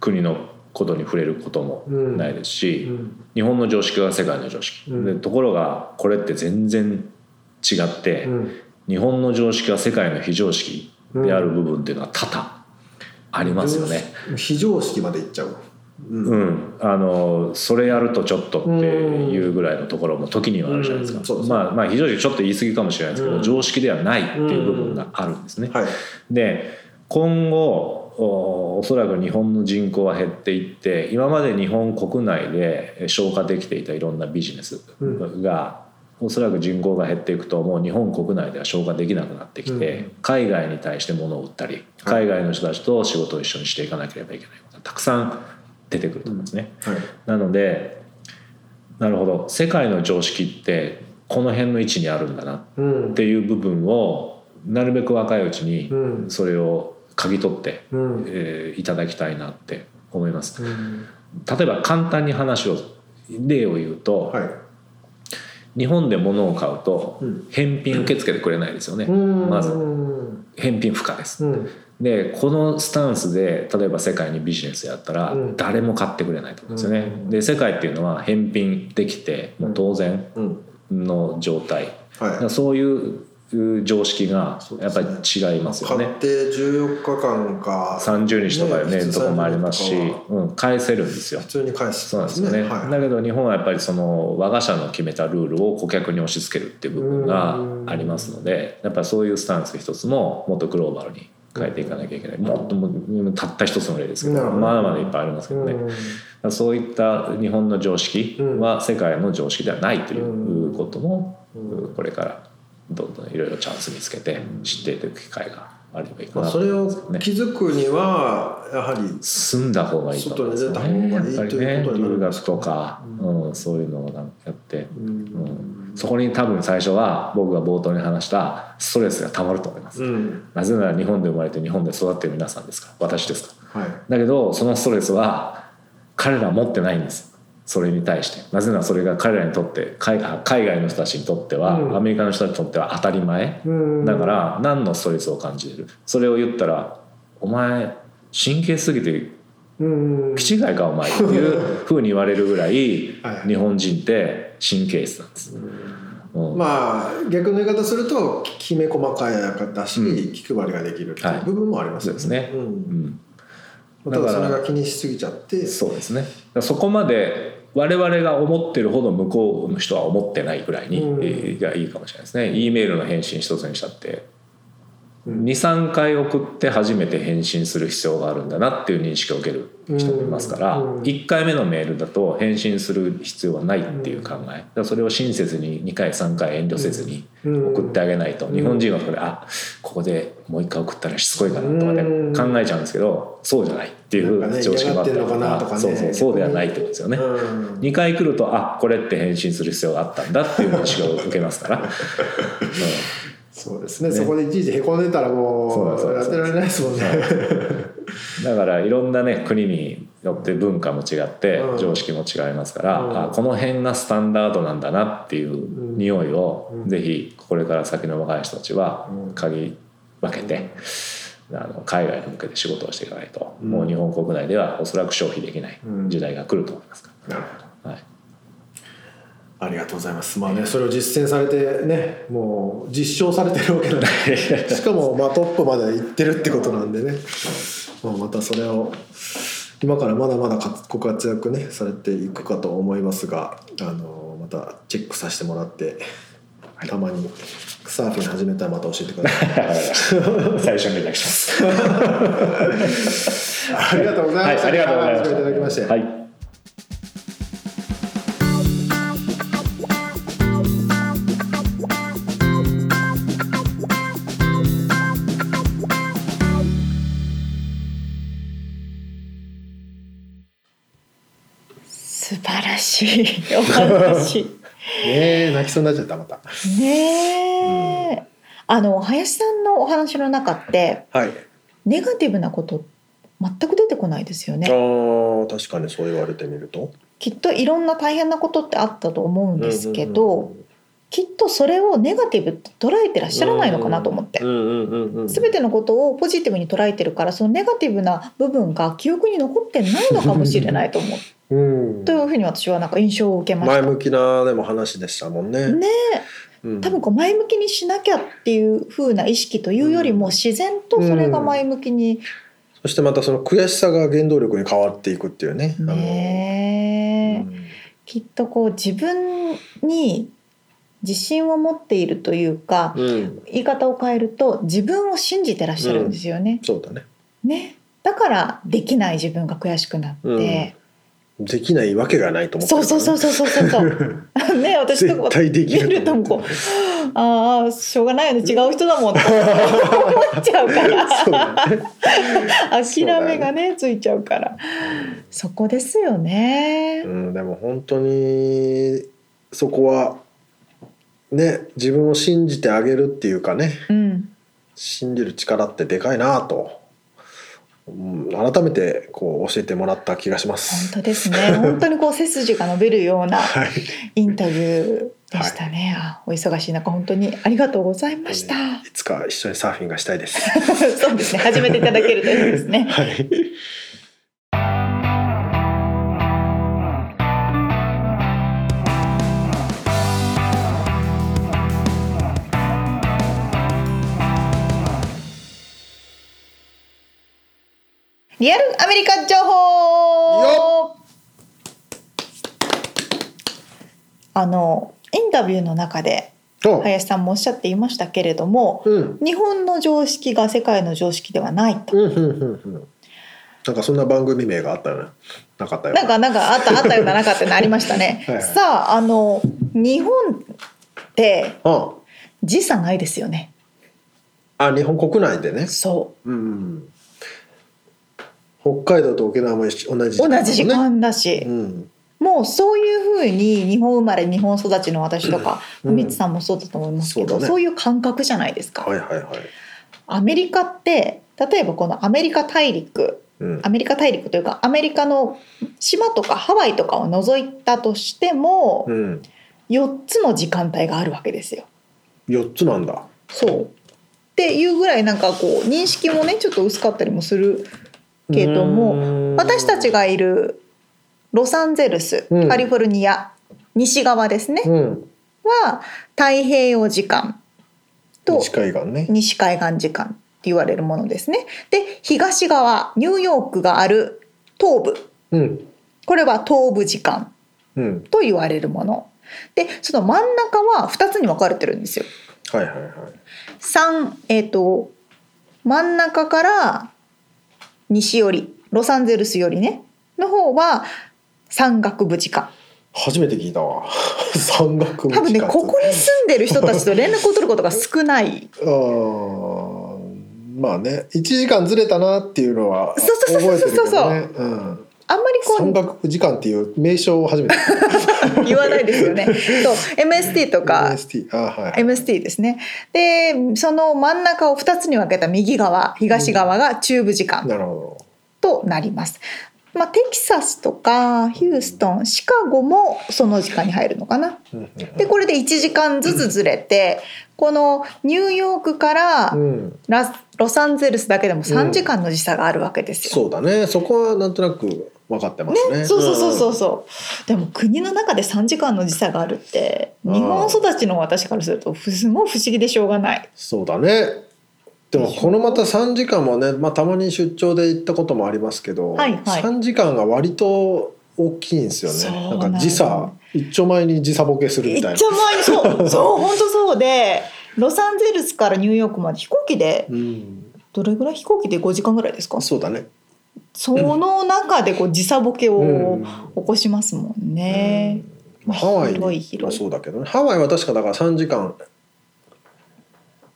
[SPEAKER 3] 国のことに触れることもないですし、
[SPEAKER 2] うん
[SPEAKER 3] 日本の常識が世界の常識、
[SPEAKER 2] うん
[SPEAKER 3] でところがこれって全然違って、
[SPEAKER 2] うん
[SPEAKER 3] 日本の常識が世界の非常識である部分っていうのは多々ありますよね。
[SPEAKER 2] 非常識まで行っちゃう。うん
[SPEAKER 3] うん、あのそれやるとちょっとっていうぐらいのところも時にはあるじゃないです
[SPEAKER 2] うん
[SPEAKER 3] か、
[SPEAKER 2] そうですね
[SPEAKER 3] まあ、まあ非常識ちょっと言い過ぎかもしれないですけど、
[SPEAKER 2] うん
[SPEAKER 3] 常識ではないっていう部分があるんですね。
[SPEAKER 2] はい。
[SPEAKER 3] で今後おおそらく日本の人口は減っていって今まで日本国内でえ消化できていたいろんなビジネス
[SPEAKER 2] う
[SPEAKER 3] が、おそらく人口が減っていくともう日本国内では消化できなくなってきて、
[SPEAKER 2] うん
[SPEAKER 3] 海外に対して物を売ったり
[SPEAKER 2] はい
[SPEAKER 3] 海外の人たちと仕事を一緒にしていかなければいけないことがたくさん出てくると思うんですね。
[SPEAKER 2] はい。
[SPEAKER 3] なのでなるほど世界の常識ってこの辺の位置にあるんだなっ
[SPEAKER 2] うん
[SPEAKER 3] ていう部分をなるべく若いうちに
[SPEAKER 2] うん
[SPEAKER 3] それを嗅ぎ取って、
[SPEAKER 2] うん
[SPEAKER 3] えーいただきたいなって思います
[SPEAKER 2] うん
[SPEAKER 3] 例えば簡単に話を例を言うと、
[SPEAKER 2] はい。
[SPEAKER 3] 日本で物を買うと
[SPEAKER 2] うん
[SPEAKER 3] 返品受け付けてくれないですよね、
[SPEAKER 2] うん
[SPEAKER 3] まず
[SPEAKER 2] うん
[SPEAKER 3] 返品不可です
[SPEAKER 2] うん
[SPEAKER 3] でこのスタンスで例えば世界にビジネスやったら
[SPEAKER 2] うん
[SPEAKER 3] 誰も買ってくれないと思うんですよね、
[SPEAKER 2] うん
[SPEAKER 3] で世界っていうのは返品できてもう当然
[SPEAKER 2] うん
[SPEAKER 3] の状態、だか
[SPEAKER 2] は
[SPEAKER 3] らそういうう常識がやっぱり違いま
[SPEAKER 2] い。
[SPEAKER 3] すよね
[SPEAKER 2] 買って14日間か
[SPEAKER 3] 30日とかよね
[SPEAKER 2] ね
[SPEAKER 3] とかもありますし
[SPEAKER 2] 30日と、
[SPEAKER 3] うん、返せるんですよ
[SPEAKER 2] 普。通に返す
[SPEAKER 3] そうなんですよね、だ
[SPEAKER 2] は
[SPEAKER 3] けど日本はやっぱりその我が社の決めたルールを顧客に押し付けるっていう部分がありますのでやっぱりそういうスタンス一つももっとグローバルに変えていかなきゃいけないもっともうたった一つの例ですけ
[SPEAKER 2] な
[SPEAKER 3] ど
[SPEAKER 2] るほど
[SPEAKER 3] まだまだいっぱいあります
[SPEAKER 2] い。
[SPEAKER 3] けどね、だからそういった日本の常識は世界の常識ではないということも
[SPEAKER 2] うん
[SPEAKER 3] これからどんどんいろいろチャンス見つけて知っていく機会があればいいか
[SPEAKER 2] まあ
[SPEAKER 3] な
[SPEAKER 2] そ
[SPEAKER 3] と
[SPEAKER 2] れ
[SPEAKER 3] 思い
[SPEAKER 2] を
[SPEAKER 3] ますね
[SPEAKER 2] 気づくにはやはり
[SPEAKER 3] 住んだ方がいいと思いますよね
[SPEAKER 2] 外に出た方がいい
[SPEAKER 3] やっぱり
[SPEAKER 2] という
[SPEAKER 3] ね
[SPEAKER 2] ことになる
[SPEAKER 3] 留
[SPEAKER 2] んで
[SPEAKER 3] 学
[SPEAKER 2] すか
[SPEAKER 3] とか、
[SPEAKER 2] う
[SPEAKER 3] うんそういうのをなんかやって、
[SPEAKER 2] う
[SPEAKER 3] うん
[SPEAKER 2] ん
[SPEAKER 3] そこに多分最初は僕が冒頭に話したストレスがたまると思います、
[SPEAKER 2] うん
[SPEAKER 3] なぜなら日本で生まれて日本で育ってる皆さんですから私ですから
[SPEAKER 2] はい
[SPEAKER 3] だけどそのストレスは彼らは持ってないんですそれに対してなぜならそれが彼らにとって海あ海外の人たちにとっては、
[SPEAKER 2] うん
[SPEAKER 3] アメリカの人たちにとっては当たり前、
[SPEAKER 2] うん
[SPEAKER 3] だから何のストレスを感じてるそれを言ったら「お前神経すぎて
[SPEAKER 2] うん
[SPEAKER 3] 気違いかお前」っていうふうに言われるぐらい
[SPEAKER 2] はい
[SPEAKER 3] 日本人って神経質なんです。うん
[SPEAKER 2] まあ逆の言い方するときめ細かやかだし、
[SPEAKER 3] う
[SPEAKER 2] 気配りができるって
[SPEAKER 3] はいいう
[SPEAKER 2] 部分もありますよね。
[SPEAKER 3] そうです
[SPEAKER 2] ん
[SPEAKER 3] ねうん
[SPEAKER 2] た
[SPEAKER 3] だ
[SPEAKER 2] だ
[SPEAKER 3] から
[SPEAKER 2] それが気にしすぎちゃって
[SPEAKER 3] そうですねだからそこまで我々が思ってるほど向こうの人は思ってないぐらいに、
[SPEAKER 2] うん
[SPEAKER 3] えーがいいかもしれないですね。E メールの返信一つにしたって
[SPEAKER 2] うん
[SPEAKER 3] 23回送って初めて返信する必要があるんだなっていう認識を受ける人もいますから、
[SPEAKER 2] うんうん
[SPEAKER 3] 1回目のメールだと返信する必要はないっていう考えだからそれを親切に2回3回遠慮せずに
[SPEAKER 2] うん
[SPEAKER 3] 送ってあげないと、
[SPEAKER 2] ん
[SPEAKER 3] 日本人はこれあここでもう1回送ったらしつこいかなとかね
[SPEAKER 2] うん
[SPEAKER 3] 考えちゃうんですけどそうじゃないってい
[SPEAKER 2] なんか
[SPEAKER 3] う
[SPEAKER 2] ね
[SPEAKER 3] 常識もあったり
[SPEAKER 2] 嫌がってんのかなとかね
[SPEAKER 3] そうそうそうではないってことですよね。
[SPEAKER 2] うん
[SPEAKER 3] 2回来るとあこれって返信する必要があったんだっていう認識を受けますから、うん
[SPEAKER 2] そうですねそこでいちいちへこんでたらも
[SPEAKER 3] そうう
[SPEAKER 2] や
[SPEAKER 3] だ
[SPEAKER 2] っ
[SPEAKER 3] そ
[SPEAKER 2] て
[SPEAKER 3] うだ
[SPEAKER 2] られないですもんね。
[SPEAKER 3] だからいろんなね国によって文化も違って
[SPEAKER 2] うん
[SPEAKER 3] 常識も違いますから、
[SPEAKER 2] うん
[SPEAKER 3] あこの辺がスタンダードなんだなっていう匂いを、
[SPEAKER 2] うん
[SPEAKER 3] ぜひこれから先の若い人たちは嗅ぎ分けて、あの海外に向けて仕事をしていかないと、
[SPEAKER 2] うん
[SPEAKER 3] もう日本国内ではおそらく消費できない
[SPEAKER 2] うん
[SPEAKER 3] 時代が来ると思いますか
[SPEAKER 2] なるほど
[SPEAKER 3] ら、はい、
[SPEAKER 2] ありがとうございます。まあね、それを実践されてね、もう実証されてるわけ なんで、しかもまあトップまで行ってるってことなんでね、まあまたそれを今からまだまだ活ご活躍ねされていくかと思いますが、あのまたチェックさせてもらって、たまにサーフィン始めたらまた教えてくだ さい。
[SPEAKER 4] 最初に連絡します。
[SPEAKER 2] ありがとうございまし
[SPEAKER 4] はい
[SPEAKER 2] た。
[SPEAKER 4] ありがとうございました
[SPEAKER 2] いただきまして。
[SPEAKER 4] はい。
[SPEAKER 1] 素晴らしいお話
[SPEAKER 2] ねえ泣きそうになっちゃったまた。
[SPEAKER 1] ねえ、あの林さんのお話の中って
[SPEAKER 2] はい。
[SPEAKER 1] ネガティブなこと全く出てこないですよね
[SPEAKER 2] ああ確かにそう言われてみると。
[SPEAKER 1] きっといろんな大変なことってあったと思うんですけど、きっとそれをネガティブって捉えてらっしゃらないのかなと思って
[SPEAKER 2] うんうんうんうん。
[SPEAKER 1] 全てのことをポジティブに捉えてるからそのネガティブな部分が記憶に残ってないのかもしれないと思う
[SPEAKER 2] うん
[SPEAKER 1] というふうに私はなんか印象を受けまし
[SPEAKER 2] 前向きなでも話でしたもん
[SPEAKER 1] た。
[SPEAKER 2] ね。
[SPEAKER 1] ねえ
[SPEAKER 2] うん
[SPEAKER 1] 多分こう前向きにしなきゃっていう風な意識というよりも自然とそれが前向きに、
[SPEAKER 2] そしてまたその悔しさが原動力に変わっていくっていうね。あの
[SPEAKER 1] ねえ
[SPEAKER 2] うん
[SPEAKER 1] きっとこう自分に自信を持っているというか
[SPEAKER 2] うん、
[SPEAKER 1] 言い方を変えると自分を信じてらっしゃるんですよね。
[SPEAKER 2] そうだね。
[SPEAKER 1] ねだからできない自分が悔しくなって、
[SPEAKER 2] できないわけがないと思って
[SPEAKER 1] そう
[SPEAKER 2] る
[SPEAKER 1] そうそうそうそうそう ね私と
[SPEAKER 2] 絶
[SPEAKER 1] か
[SPEAKER 2] 対でき
[SPEAKER 1] 見
[SPEAKER 2] る
[SPEAKER 1] る
[SPEAKER 2] と
[SPEAKER 1] と
[SPEAKER 2] 思
[SPEAKER 1] も
[SPEAKER 2] って
[SPEAKER 1] こうああしょうがないよね違う人だもんって思っちゃうから
[SPEAKER 2] そうだね。
[SPEAKER 1] 諦めがねついちゃうからそこですよね
[SPEAKER 2] う。ん、でも本当にそこはね自分を信じてあげるっていうかね
[SPEAKER 1] うん、
[SPEAKER 2] 信じる力ってでかいなと、うん、改めてこう教えてもらった気がしま
[SPEAKER 1] 本
[SPEAKER 2] す。
[SPEAKER 1] 当ですね。本当にこう背筋が伸びるような
[SPEAKER 2] はい、
[SPEAKER 1] インタビューでしたね。あお忙しい中本当にありがとうございました。
[SPEAKER 2] いつか一緒にサーフィンがしたいです。
[SPEAKER 1] そうですね。始めていただけるといいですね。
[SPEAKER 2] はい。
[SPEAKER 1] リアルアメリカ情報あのインタビューの中で
[SPEAKER 2] と、
[SPEAKER 1] 林さんもおっしゃっていましたけれども
[SPEAKER 2] うん。
[SPEAKER 1] 日本の常識が世界の常識ではないと。
[SPEAKER 2] うんうんうんうん。なんかそんな番組名があったよね。なかったよ。
[SPEAKER 1] なんかなんかあったあったようななかったようなありましたね。
[SPEAKER 2] はいはい
[SPEAKER 1] さああの日本って
[SPEAKER 2] うん。
[SPEAKER 1] 時差ないですよね。
[SPEAKER 2] あ、日本国内でね。
[SPEAKER 1] そ
[SPEAKER 2] うん。北海道と沖縄も一緒同じ
[SPEAKER 1] う同じ時
[SPEAKER 2] だもんね。
[SPEAKER 1] 間だし、
[SPEAKER 2] うん。
[SPEAKER 1] もうそういうふうに日本生まれ日本育ちの私とか、
[SPEAKER 2] うん
[SPEAKER 1] みつさんもそうだと思いますけど、
[SPEAKER 2] そうだね
[SPEAKER 1] そういう感覚じゃないですか。
[SPEAKER 2] はいはいはい。
[SPEAKER 1] アメリカって例えばこのアメリカ大陸
[SPEAKER 2] うん
[SPEAKER 1] ア。メリカ大陸というかアメリカの島とかハワイとかを除いたとしても、
[SPEAKER 2] うん。
[SPEAKER 1] 4つの時間帯があるわけですよ。
[SPEAKER 2] 四つなんだ。
[SPEAKER 1] そうっていうぐらいなんかこう認識もねちょっと薄かったりもするけども
[SPEAKER 2] も
[SPEAKER 1] 私たちがいるロサンゼルス
[SPEAKER 2] うん
[SPEAKER 1] カリフォルニア、西側ですね
[SPEAKER 2] うん。
[SPEAKER 1] は太平洋時間と
[SPEAKER 2] 西海岸ね。
[SPEAKER 1] 西海岸時間って言われるものですね。で東側ニューヨークがある東部
[SPEAKER 2] うん。
[SPEAKER 1] これは東部時間
[SPEAKER 2] うん。
[SPEAKER 1] と言われるものでその真ん中は2つに分かれてるんですよ。
[SPEAKER 2] はいはいはい。
[SPEAKER 1] 三えっ、と真ん中から西寄りロサンゼルス寄りねの方は山岳部時間
[SPEAKER 2] 初めて聞いたわ。 山岳部
[SPEAKER 1] 多分ね
[SPEAKER 2] 地下
[SPEAKER 1] ここに住んでる人たちと連絡を取ることが少ない
[SPEAKER 2] あーまあね1時間ずれたなっていうのは
[SPEAKER 1] そうそう
[SPEAKER 2] 覚
[SPEAKER 1] そう
[SPEAKER 2] えて
[SPEAKER 1] そう
[SPEAKER 2] る
[SPEAKER 1] そ
[SPEAKER 2] け
[SPEAKER 1] う
[SPEAKER 2] どねうん
[SPEAKER 1] あんまりこ
[SPEAKER 2] 山
[SPEAKER 1] う
[SPEAKER 2] 岳時間っていう名称を初めて聞い
[SPEAKER 1] 言わないですよね。そう MST と
[SPEAKER 2] た
[SPEAKER 1] か
[SPEAKER 2] MST あーはい
[SPEAKER 1] MST ですね。でその真ん中を2つに分けた右側東側が中部時間
[SPEAKER 2] なるほ
[SPEAKER 1] となります。まあ、テキサスとかヒューストンシカゴもその時間に入るのかな。
[SPEAKER 2] どうん
[SPEAKER 1] でこれで1時間ずつずれて、このニューヨークから
[SPEAKER 2] うん
[SPEAKER 1] ラスロサンゼルスだけでも3時間の時差があるわけですよ。
[SPEAKER 2] そうだねそこはなんとなく
[SPEAKER 5] 分かってますね
[SPEAKER 1] そうそうそうそうそうでも国の中で3時間の時差があるって
[SPEAKER 5] うん
[SPEAKER 1] 日本育ちの私からするとふすごい不思議でしょうがない
[SPEAKER 2] そうだねでもこのまた3時間もね、まあ、たまに出張で行ったこともありますけど、
[SPEAKER 1] はいはい
[SPEAKER 2] 3時間が割と大きいんですよ
[SPEAKER 1] そう
[SPEAKER 2] ね
[SPEAKER 1] な
[SPEAKER 2] なんん
[SPEAKER 1] だ
[SPEAKER 2] か時差一丁前に時差ボケする
[SPEAKER 1] い
[SPEAKER 2] み
[SPEAKER 1] っち
[SPEAKER 2] た
[SPEAKER 1] ゃ
[SPEAKER 2] いな
[SPEAKER 1] 前にそうそう本当そうでロサンゼルスからニューヨークまで飛行機で
[SPEAKER 2] うん、
[SPEAKER 1] どれぐらい飛行機で5時間ぐらいですか
[SPEAKER 2] そうだね、
[SPEAKER 1] その中でこう時差ボケ
[SPEAKER 2] う
[SPEAKER 1] を
[SPEAKER 2] ん
[SPEAKER 1] 起こしますもんね、
[SPEAKER 2] まあ、ハワイに
[SPEAKER 1] 広い
[SPEAKER 2] まあ
[SPEAKER 1] 広い
[SPEAKER 2] そうだけどねハワイは確かだから3時間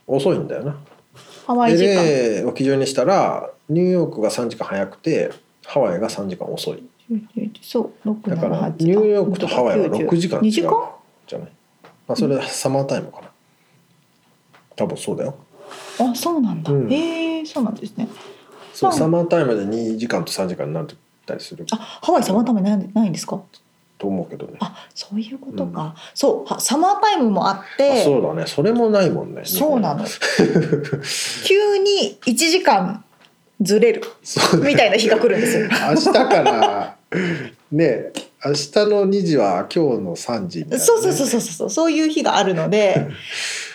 [SPEAKER 2] 遅いんだよな
[SPEAKER 1] ハワイ時間
[SPEAKER 2] LA を基準にしたらニューヨークが3時間早くてハワイが3時間遅い
[SPEAKER 1] そう6
[SPEAKER 2] だか
[SPEAKER 1] 7
[SPEAKER 2] ら
[SPEAKER 1] 8
[SPEAKER 2] ニューヨークとハワイは6時間違う
[SPEAKER 1] 2時間
[SPEAKER 2] じゃない、まあ、それサマータイムかな多分そうだよ
[SPEAKER 1] あそうなんだ、
[SPEAKER 2] うん
[SPEAKER 1] へえそうなんですね
[SPEAKER 2] そう
[SPEAKER 1] まあ
[SPEAKER 2] サマータイムで2時間と3時間になったりする
[SPEAKER 1] あハワイサマータイムないないんですか
[SPEAKER 2] と思うけどねあ
[SPEAKER 1] あそういうことか、そうはサマータイムもあって
[SPEAKER 2] そうだねそれもないもんね
[SPEAKER 1] そうなの急に1時間ずれる
[SPEAKER 2] そう
[SPEAKER 1] みたいな日が来るんですよ
[SPEAKER 2] 明日からね明日の2時は今日の3時みたいなね、
[SPEAKER 1] そうそうそうそうそうそういう日があるので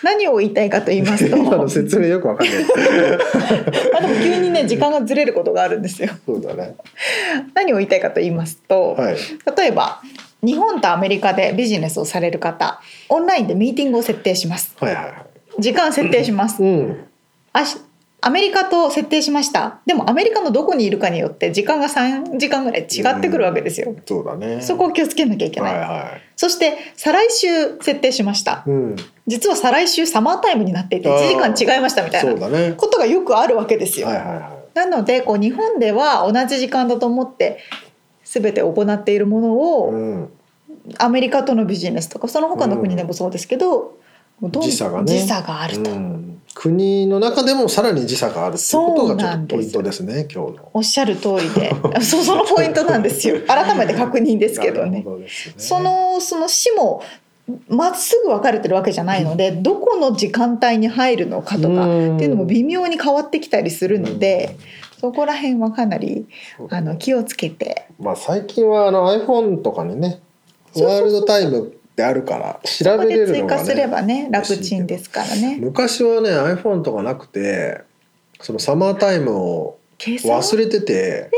[SPEAKER 1] 何を言いたいかと言いますと
[SPEAKER 2] 今の説明よくわかんない
[SPEAKER 1] あでも急にね時間がずれることがあるん ですよ
[SPEAKER 2] そうだね
[SPEAKER 1] 何を言いたいかと言いますと、
[SPEAKER 2] はい
[SPEAKER 1] 例えば日本とアメリカでビジネスをされる方オンラインでミーティングを設定します
[SPEAKER 2] はいはいはい
[SPEAKER 1] 時間設定します
[SPEAKER 2] うん
[SPEAKER 1] あしアメリカと設定しましたでもアメリカのどこにいるかによって時間が3時間ぐらい違ってくるわけですよ、
[SPEAKER 2] そうだね
[SPEAKER 1] そこを気をつけなきゃいけな、
[SPEAKER 2] はいいは
[SPEAKER 1] そして再来週設定しました
[SPEAKER 2] いうん
[SPEAKER 1] 実は再来週サマータイムになっていて
[SPEAKER 2] あー
[SPEAKER 1] 1時間違いましたみた
[SPEAKER 2] そ
[SPEAKER 1] いうな
[SPEAKER 2] だね
[SPEAKER 1] ことがよくあるわけですよ、
[SPEAKER 2] はいはいは
[SPEAKER 1] なのでこう日本では同じ時間だと思って全て行っているもの
[SPEAKER 2] い、
[SPEAKER 1] を、
[SPEAKER 2] うん、
[SPEAKER 1] アメリカとのビジネスとかその他の国でもそうですけど、もうどん
[SPEAKER 2] 時差がね
[SPEAKER 1] 時差があると、
[SPEAKER 2] うん国の中でもさらに時差があるっていうこと
[SPEAKER 1] そう
[SPEAKER 2] がちょ
[SPEAKER 1] な
[SPEAKER 2] っ
[SPEAKER 1] ん
[SPEAKER 2] と
[SPEAKER 1] です
[SPEAKER 2] ポイントですね今日の。
[SPEAKER 1] おっしゃる通り でそうそのポイントなんですよ改めて確認ですけど
[SPEAKER 2] なる
[SPEAKER 1] ね
[SPEAKER 2] ほ。ですね
[SPEAKER 1] そのその市もまっすぐ分かれてるわけじゃないのでどこの時間帯に入るのかとか
[SPEAKER 2] うん
[SPEAKER 1] っていうのも微妙に変わってきたりするのでそこら辺はかなりあの気をつけて
[SPEAKER 2] まあ最近はあの iPhone とかにね
[SPEAKER 1] そうそうそう
[SPEAKER 2] ワールドタイムであるから調
[SPEAKER 1] そこ
[SPEAKER 2] べれ
[SPEAKER 1] で
[SPEAKER 2] る
[SPEAKER 1] 追
[SPEAKER 2] のが
[SPEAKER 1] 加すれば
[SPEAKER 2] ね
[SPEAKER 1] ね楽ちんですからね。
[SPEAKER 2] 昔はね iPhone とかなくてそのサマータイムを
[SPEAKER 1] 計算
[SPEAKER 2] 忘れてて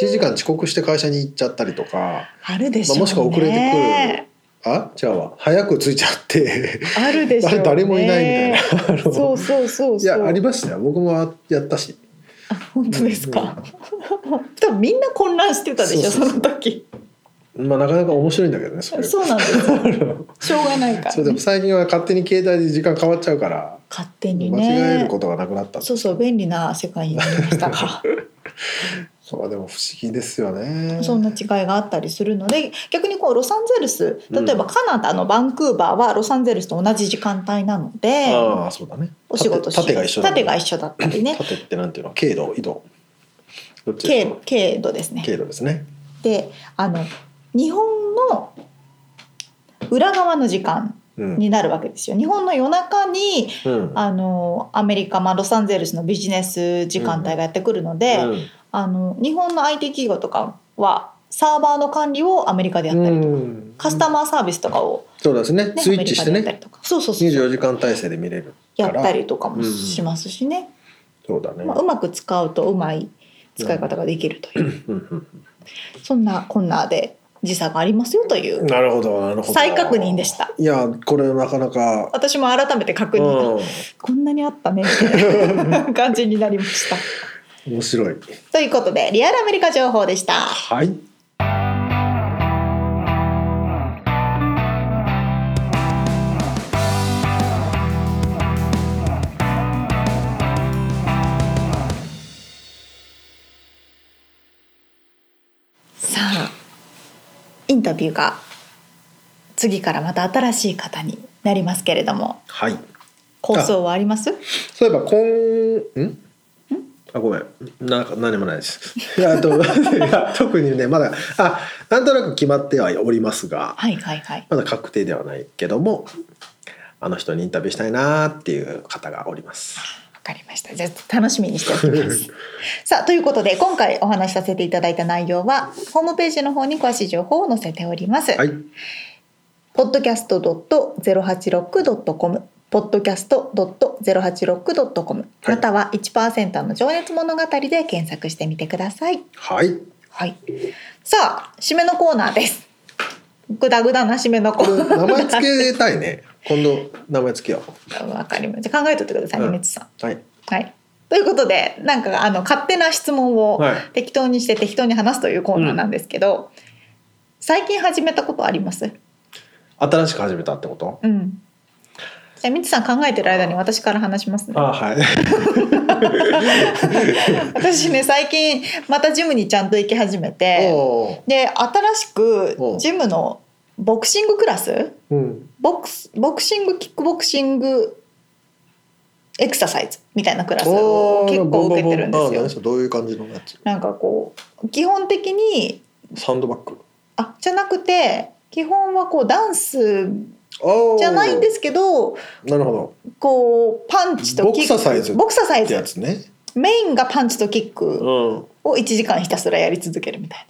[SPEAKER 2] 1時間遅刻して会社に行っちゃったりとか
[SPEAKER 1] あるでしょうね。
[SPEAKER 2] まあもしくは遅れてあ違うわ早く着いちゃって。
[SPEAKER 1] あるでしょう
[SPEAKER 2] あれ
[SPEAKER 1] ね。
[SPEAKER 2] 誰もいないみたいなあの
[SPEAKER 1] そうそうそうそう。
[SPEAKER 2] いやありましたよ僕もやったし
[SPEAKER 1] あ本当ですか。多分みんな混乱してたでしょ
[SPEAKER 2] そうそう
[SPEAKER 1] そ
[SPEAKER 2] そう
[SPEAKER 1] の時。
[SPEAKER 2] まあなかなか面白いんだけどねそれ
[SPEAKER 1] そうなんですよ。 しょうがないから、
[SPEAKER 2] そうでも最近は勝手に携帯で時間変わっちゃうから
[SPEAKER 1] 勝手に
[SPEAKER 2] 間
[SPEAKER 1] ね。
[SPEAKER 2] 違えることがなくなった
[SPEAKER 1] そうそう便利な世界になりましたか
[SPEAKER 2] そうでも不思議ですよね
[SPEAKER 1] らそんな違いがあったりするので逆にこうロサンゼルス例えばカナダのバンクーバーはロサンゼルスと同じ時間帯なので、
[SPEAKER 2] ああそうだね
[SPEAKER 1] お仕事し
[SPEAKER 2] 縦縦が一緒だ
[SPEAKER 1] 縦が一緒だったりね
[SPEAKER 2] 縦ってなんていうの経度移動どっちですか
[SPEAKER 1] 軽軽度ですね。
[SPEAKER 2] 経度ですね
[SPEAKER 1] であの日本の裏側の時間
[SPEAKER 2] うん、
[SPEAKER 1] になるわけですよ。日本の夜中に
[SPEAKER 2] うん
[SPEAKER 1] あのアメリカ、まあ、ロサンゼルスのビジネス時間帯がやってくるので、
[SPEAKER 2] うん
[SPEAKER 1] あの日本の IT 企業とかはサーバーの管理をアメリカでやったり、
[SPEAKER 2] うん
[SPEAKER 1] カスタマーサービスとかを、
[SPEAKER 2] そうですね
[SPEAKER 1] ね、
[SPEAKER 2] スイッチして
[SPEAKER 1] アメリカでやったり
[SPEAKER 2] ね
[SPEAKER 1] とかそうそうそう
[SPEAKER 2] 24時間体制で見れる
[SPEAKER 1] や
[SPEAKER 2] から
[SPEAKER 1] ったりとかもしますしね、
[SPEAKER 2] そうだね、
[SPEAKER 1] まあ、うまく使うとうまい使い方ができるという、
[SPEAKER 2] うん
[SPEAKER 1] そんなこんなで時差がありますよとい
[SPEAKER 2] う
[SPEAKER 1] う
[SPEAKER 2] んなるほどなるほど
[SPEAKER 1] 再確認でした
[SPEAKER 2] いやこれなかなか
[SPEAKER 1] 私も改めて確認が、
[SPEAKER 2] うん
[SPEAKER 1] こんなにあったねみたいな感じになりま した。
[SPEAKER 2] 面白い。
[SPEAKER 1] ということでリアルアメリカ情報でした。
[SPEAKER 2] はい。
[SPEAKER 1] さあインタビューが次からまた新しい方になりますけれども
[SPEAKER 2] はい。
[SPEAKER 1] 構想はあります
[SPEAKER 2] そういえば、こん、ん。あ、ごめん。なんか、何もないです。いや、と、 いや特にね、まだ、あ、なんとなく決まってはおりますが。
[SPEAKER 1] はいはいはい
[SPEAKER 2] まだ確定ではないけども。あの人にインタビューしたいなーっていう方がおります。
[SPEAKER 1] かりました。じゃあ楽しみにしておき ます。さあということで今回お話しさせていただいた内容はホームページの方に詳しい情報を載せております。
[SPEAKER 2] はい
[SPEAKER 1] podcast.086.com podcast.086.com
[SPEAKER 2] はい
[SPEAKER 1] または1%の情熱物語で検索してみてください。
[SPEAKER 2] はい
[SPEAKER 1] はい。さあ締めのコーナーです。グダグダな締めのコ
[SPEAKER 2] これ
[SPEAKER 1] ーナ
[SPEAKER 2] 名前つけたいね今度名前つけよ
[SPEAKER 1] ー。 わかりました。じゃあ考えといてくださいね、
[SPEAKER 2] うん
[SPEAKER 1] みつさん。
[SPEAKER 2] うはい
[SPEAKER 1] はい。ということで、なんかあの勝手な質問を
[SPEAKER 2] はい
[SPEAKER 1] 適当にして適当に話すというコーナーなんですけど、最近始めたことあります？
[SPEAKER 2] 新しく始めたってこと
[SPEAKER 1] うん。じゃあみつさん考えてる間に私から話しますね。
[SPEAKER 2] あはい
[SPEAKER 1] 私ね最近またジムにちゃんと行き始めて、
[SPEAKER 2] おー
[SPEAKER 1] で新しく
[SPEAKER 2] おう
[SPEAKER 1] ジムのボクシングクラス、
[SPEAKER 2] うん
[SPEAKER 1] ボクスボクシングキックボクシングエクササイズみたいなクラスを結構受けてるんです
[SPEAKER 2] あ
[SPEAKER 1] よ
[SPEAKER 2] 何。それどういう感じのやつ
[SPEAKER 1] なんかこう基本的に
[SPEAKER 2] サンドバッグ
[SPEAKER 1] あじゃなくて基本はこうダンス
[SPEAKER 2] おー
[SPEAKER 1] じゃないんですけど
[SPEAKER 2] なるほど
[SPEAKER 1] こうパンチとキック
[SPEAKER 2] ボクササイズ
[SPEAKER 1] ボクササイ
[SPEAKER 2] って
[SPEAKER 1] ズ
[SPEAKER 2] やつね
[SPEAKER 1] メインがパンチとキッ
[SPEAKER 2] う
[SPEAKER 1] ク
[SPEAKER 2] んう
[SPEAKER 1] を1時間ひたすらやり続けるみたい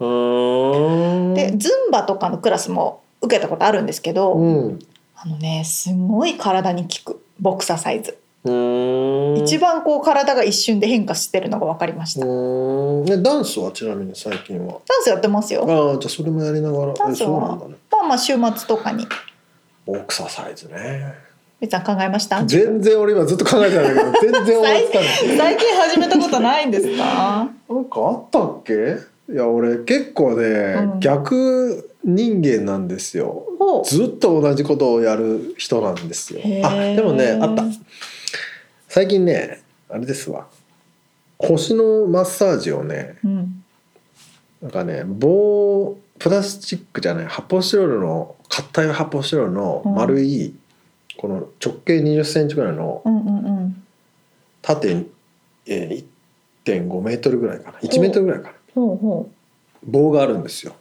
[SPEAKER 2] ーん
[SPEAKER 1] な。でズンバとかのクラスも受けたことあるんですけど、
[SPEAKER 2] うん
[SPEAKER 1] あのねすごい体に効くボクササイズ、
[SPEAKER 2] うーん
[SPEAKER 1] 一番こう体が一瞬で変化してるのが分かりました、
[SPEAKER 2] う
[SPEAKER 1] ダン
[SPEAKER 2] ーんねダンスはちなみに最近は
[SPEAKER 1] スやってますよ
[SPEAKER 2] ああじゃあそれもやりながら
[SPEAKER 1] ダ
[SPEAKER 2] え
[SPEAKER 1] ンスは
[SPEAKER 2] そうなんだね
[SPEAKER 1] まあまあ週末とかに
[SPEAKER 2] ボクサーサイズね
[SPEAKER 1] みつさん考えました最
[SPEAKER 2] 全然俺今ずっと考えてたんだ けど全然思いつかない
[SPEAKER 1] 近始めたことないんですか
[SPEAKER 2] なんかあったっけいや俺結構ね、
[SPEAKER 1] うん
[SPEAKER 2] 逆人間なんですよ
[SPEAKER 1] ほう
[SPEAKER 2] ずっと同じことをやる人なんですよ
[SPEAKER 1] へー
[SPEAKER 2] あでもねあった最近ねあれですわ腰のマッサージをね
[SPEAKER 1] うん、
[SPEAKER 2] なんかね棒プラスチックじゃない発泡スチロールの硬い発泡スチロールの丸い、この直径2 0センチぐらいの
[SPEAKER 1] うんうんうん
[SPEAKER 2] 縦、えー、1.5メートルぐらいかな1メートルぐらいかな
[SPEAKER 1] ほうほ
[SPEAKER 2] 棒があるんですよ。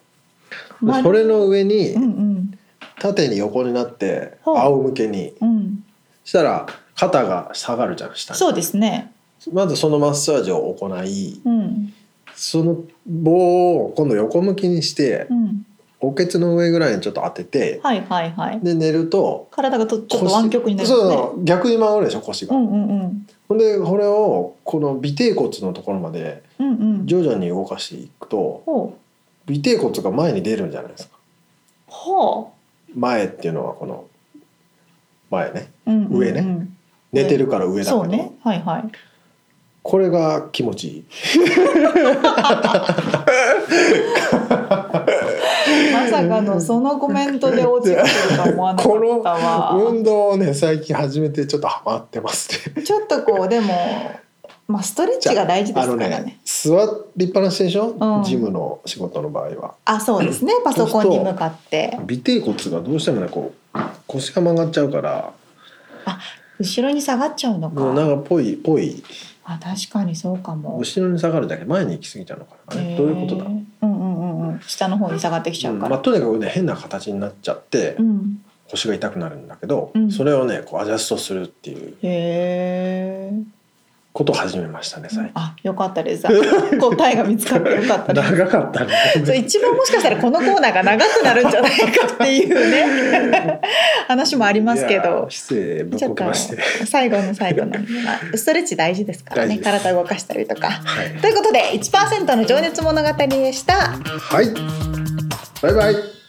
[SPEAKER 1] う
[SPEAKER 2] で
[SPEAKER 1] 丸い
[SPEAKER 2] それの上に
[SPEAKER 1] うんうん
[SPEAKER 2] 縦に横になって
[SPEAKER 1] ほう
[SPEAKER 2] 仰向けに
[SPEAKER 1] うん
[SPEAKER 2] したら肩が下がるじゃん下に
[SPEAKER 1] そうですね
[SPEAKER 2] まずそのマッサージを行い
[SPEAKER 1] うん
[SPEAKER 2] その棒を今度横向きにして
[SPEAKER 1] うん
[SPEAKER 2] おけつの上ぐらいにちょっと当てて
[SPEAKER 1] はいはいはい
[SPEAKER 2] で寝ると
[SPEAKER 1] 体がとちょっと
[SPEAKER 2] 腰
[SPEAKER 1] 湾曲になりま
[SPEAKER 2] そ
[SPEAKER 1] す
[SPEAKER 2] う
[SPEAKER 1] ね
[SPEAKER 2] そう逆に回るでしょ腰
[SPEAKER 1] う
[SPEAKER 2] が。
[SPEAKER 1] んうんうん
[SPEAKER 2] ほんでこれをこの尾てい骨のところまで
[SPEAKER 1] うんうん
[SPEAKER 2] 徐々に動かしていくと
[SPEAKER 1] ほう
[SPEAKER 2] 尾てい骨が前に出るんじゃないですか。
[SPEAKER 1] ほ
[SPEAKER 2] 前っていうのはこの前ね
[SPEAKER 1] う、うんうんうん、
[SPEAKER 2] 上
[SPEAKER 1] ね
[SPEAKER 2] 寝てるから上だけど
[SPEAKER 1] そうねはいはい
[SPEAKER 2] これが気持ちいい。
[SPEAKER 1] まさかのそのコメントで落ちてくるとは思わなか
[SPEAKER 2] こ
[SPEAKER 1] った
[SPEAKER 2] の運
[SPEAKER 1] わ
[SPEAKER 2] 動をね最近始めてちょっとハマってますね。
[SPEAKER 1] ちょっとこうでもまあストレッチが大事で
[SPEAKER 2] あ
[SPEAKER 1] す
[SPEAKER 2] の
[SPEAKER 1] から
[SPEAKER 2] ね
[SPEAKER 1] ね
[SPEAKER 2] 座りっぱなしでしょ、
[SPEAKER 1] うん
[SPEAKER 2] ジムの仕事の場合は。
[SPEAKER 1] あそうですねパソコンに向かって
[SPEAKER 2] 尾てい骨がどうしてもねこう腰が曲がっちゃうから
[SPEAKER 1] 後ろに下がっちゃうの
[SPEAKER 2] もうな
[SPEAKER 1] か
[SPEAKER 2] んかぽいぽい
[SPEAKER 1] あ確かにそうかも
[SPEAKER 2] 後ろに下がるだけ前に行き過ぎちゃうのかなあれどういうことだ
[SPEAKER 1] へーうんうんうんうん下の方に下がってきちゃ
[SPEAKER 2] うん
[SPEAKER 1] うか
[SPEAKER 2] まあ、
[SPEAKER 1] ら
[SPEAKER 2] とにかくね変な形になっちゃって、
[SPEAKER 1] うん
[SPEAKER 2] 腰が痛くなるんだけど、
[SPEAKER 1] うん
[SPEAKER 2] それをねこうアジャストするっていう
[SPEAKER 1] へえ
[SPEAKER 2] ことを始めましたね最近。
[SPEAKER 1] あよかったですあ答えが見つかってよか ったです
[SPEAKER 2] 長かったね。
[SPEAKER 1] そう一番もしかしたらこのコーナーが長くなるんじゃないかっていうね 話もありますけ
[SPEAKER 2] いや
[SPEAKER 1] ど
[SPEAKER 2] ー失礼ぶっ
[SPEAKER 1] ちょ
[SPEAKER 2] こ
[SPEAKER 1] っ
[SPEAKER 2] け
[SPEAKER 1] と
[SPEAKER 2] まして。
[SPEAKER 1] 最後の最後の、まあストレッチ大事ですからね
[SPEAKER 2] 大事です
[SPEAKER 1] 体を動かしたりとか。
[SPEAKER 2] はい
[SPEAKER 1] ということで1%の情熱物語でした。
[SPEAKER 2] はい。バイバイ。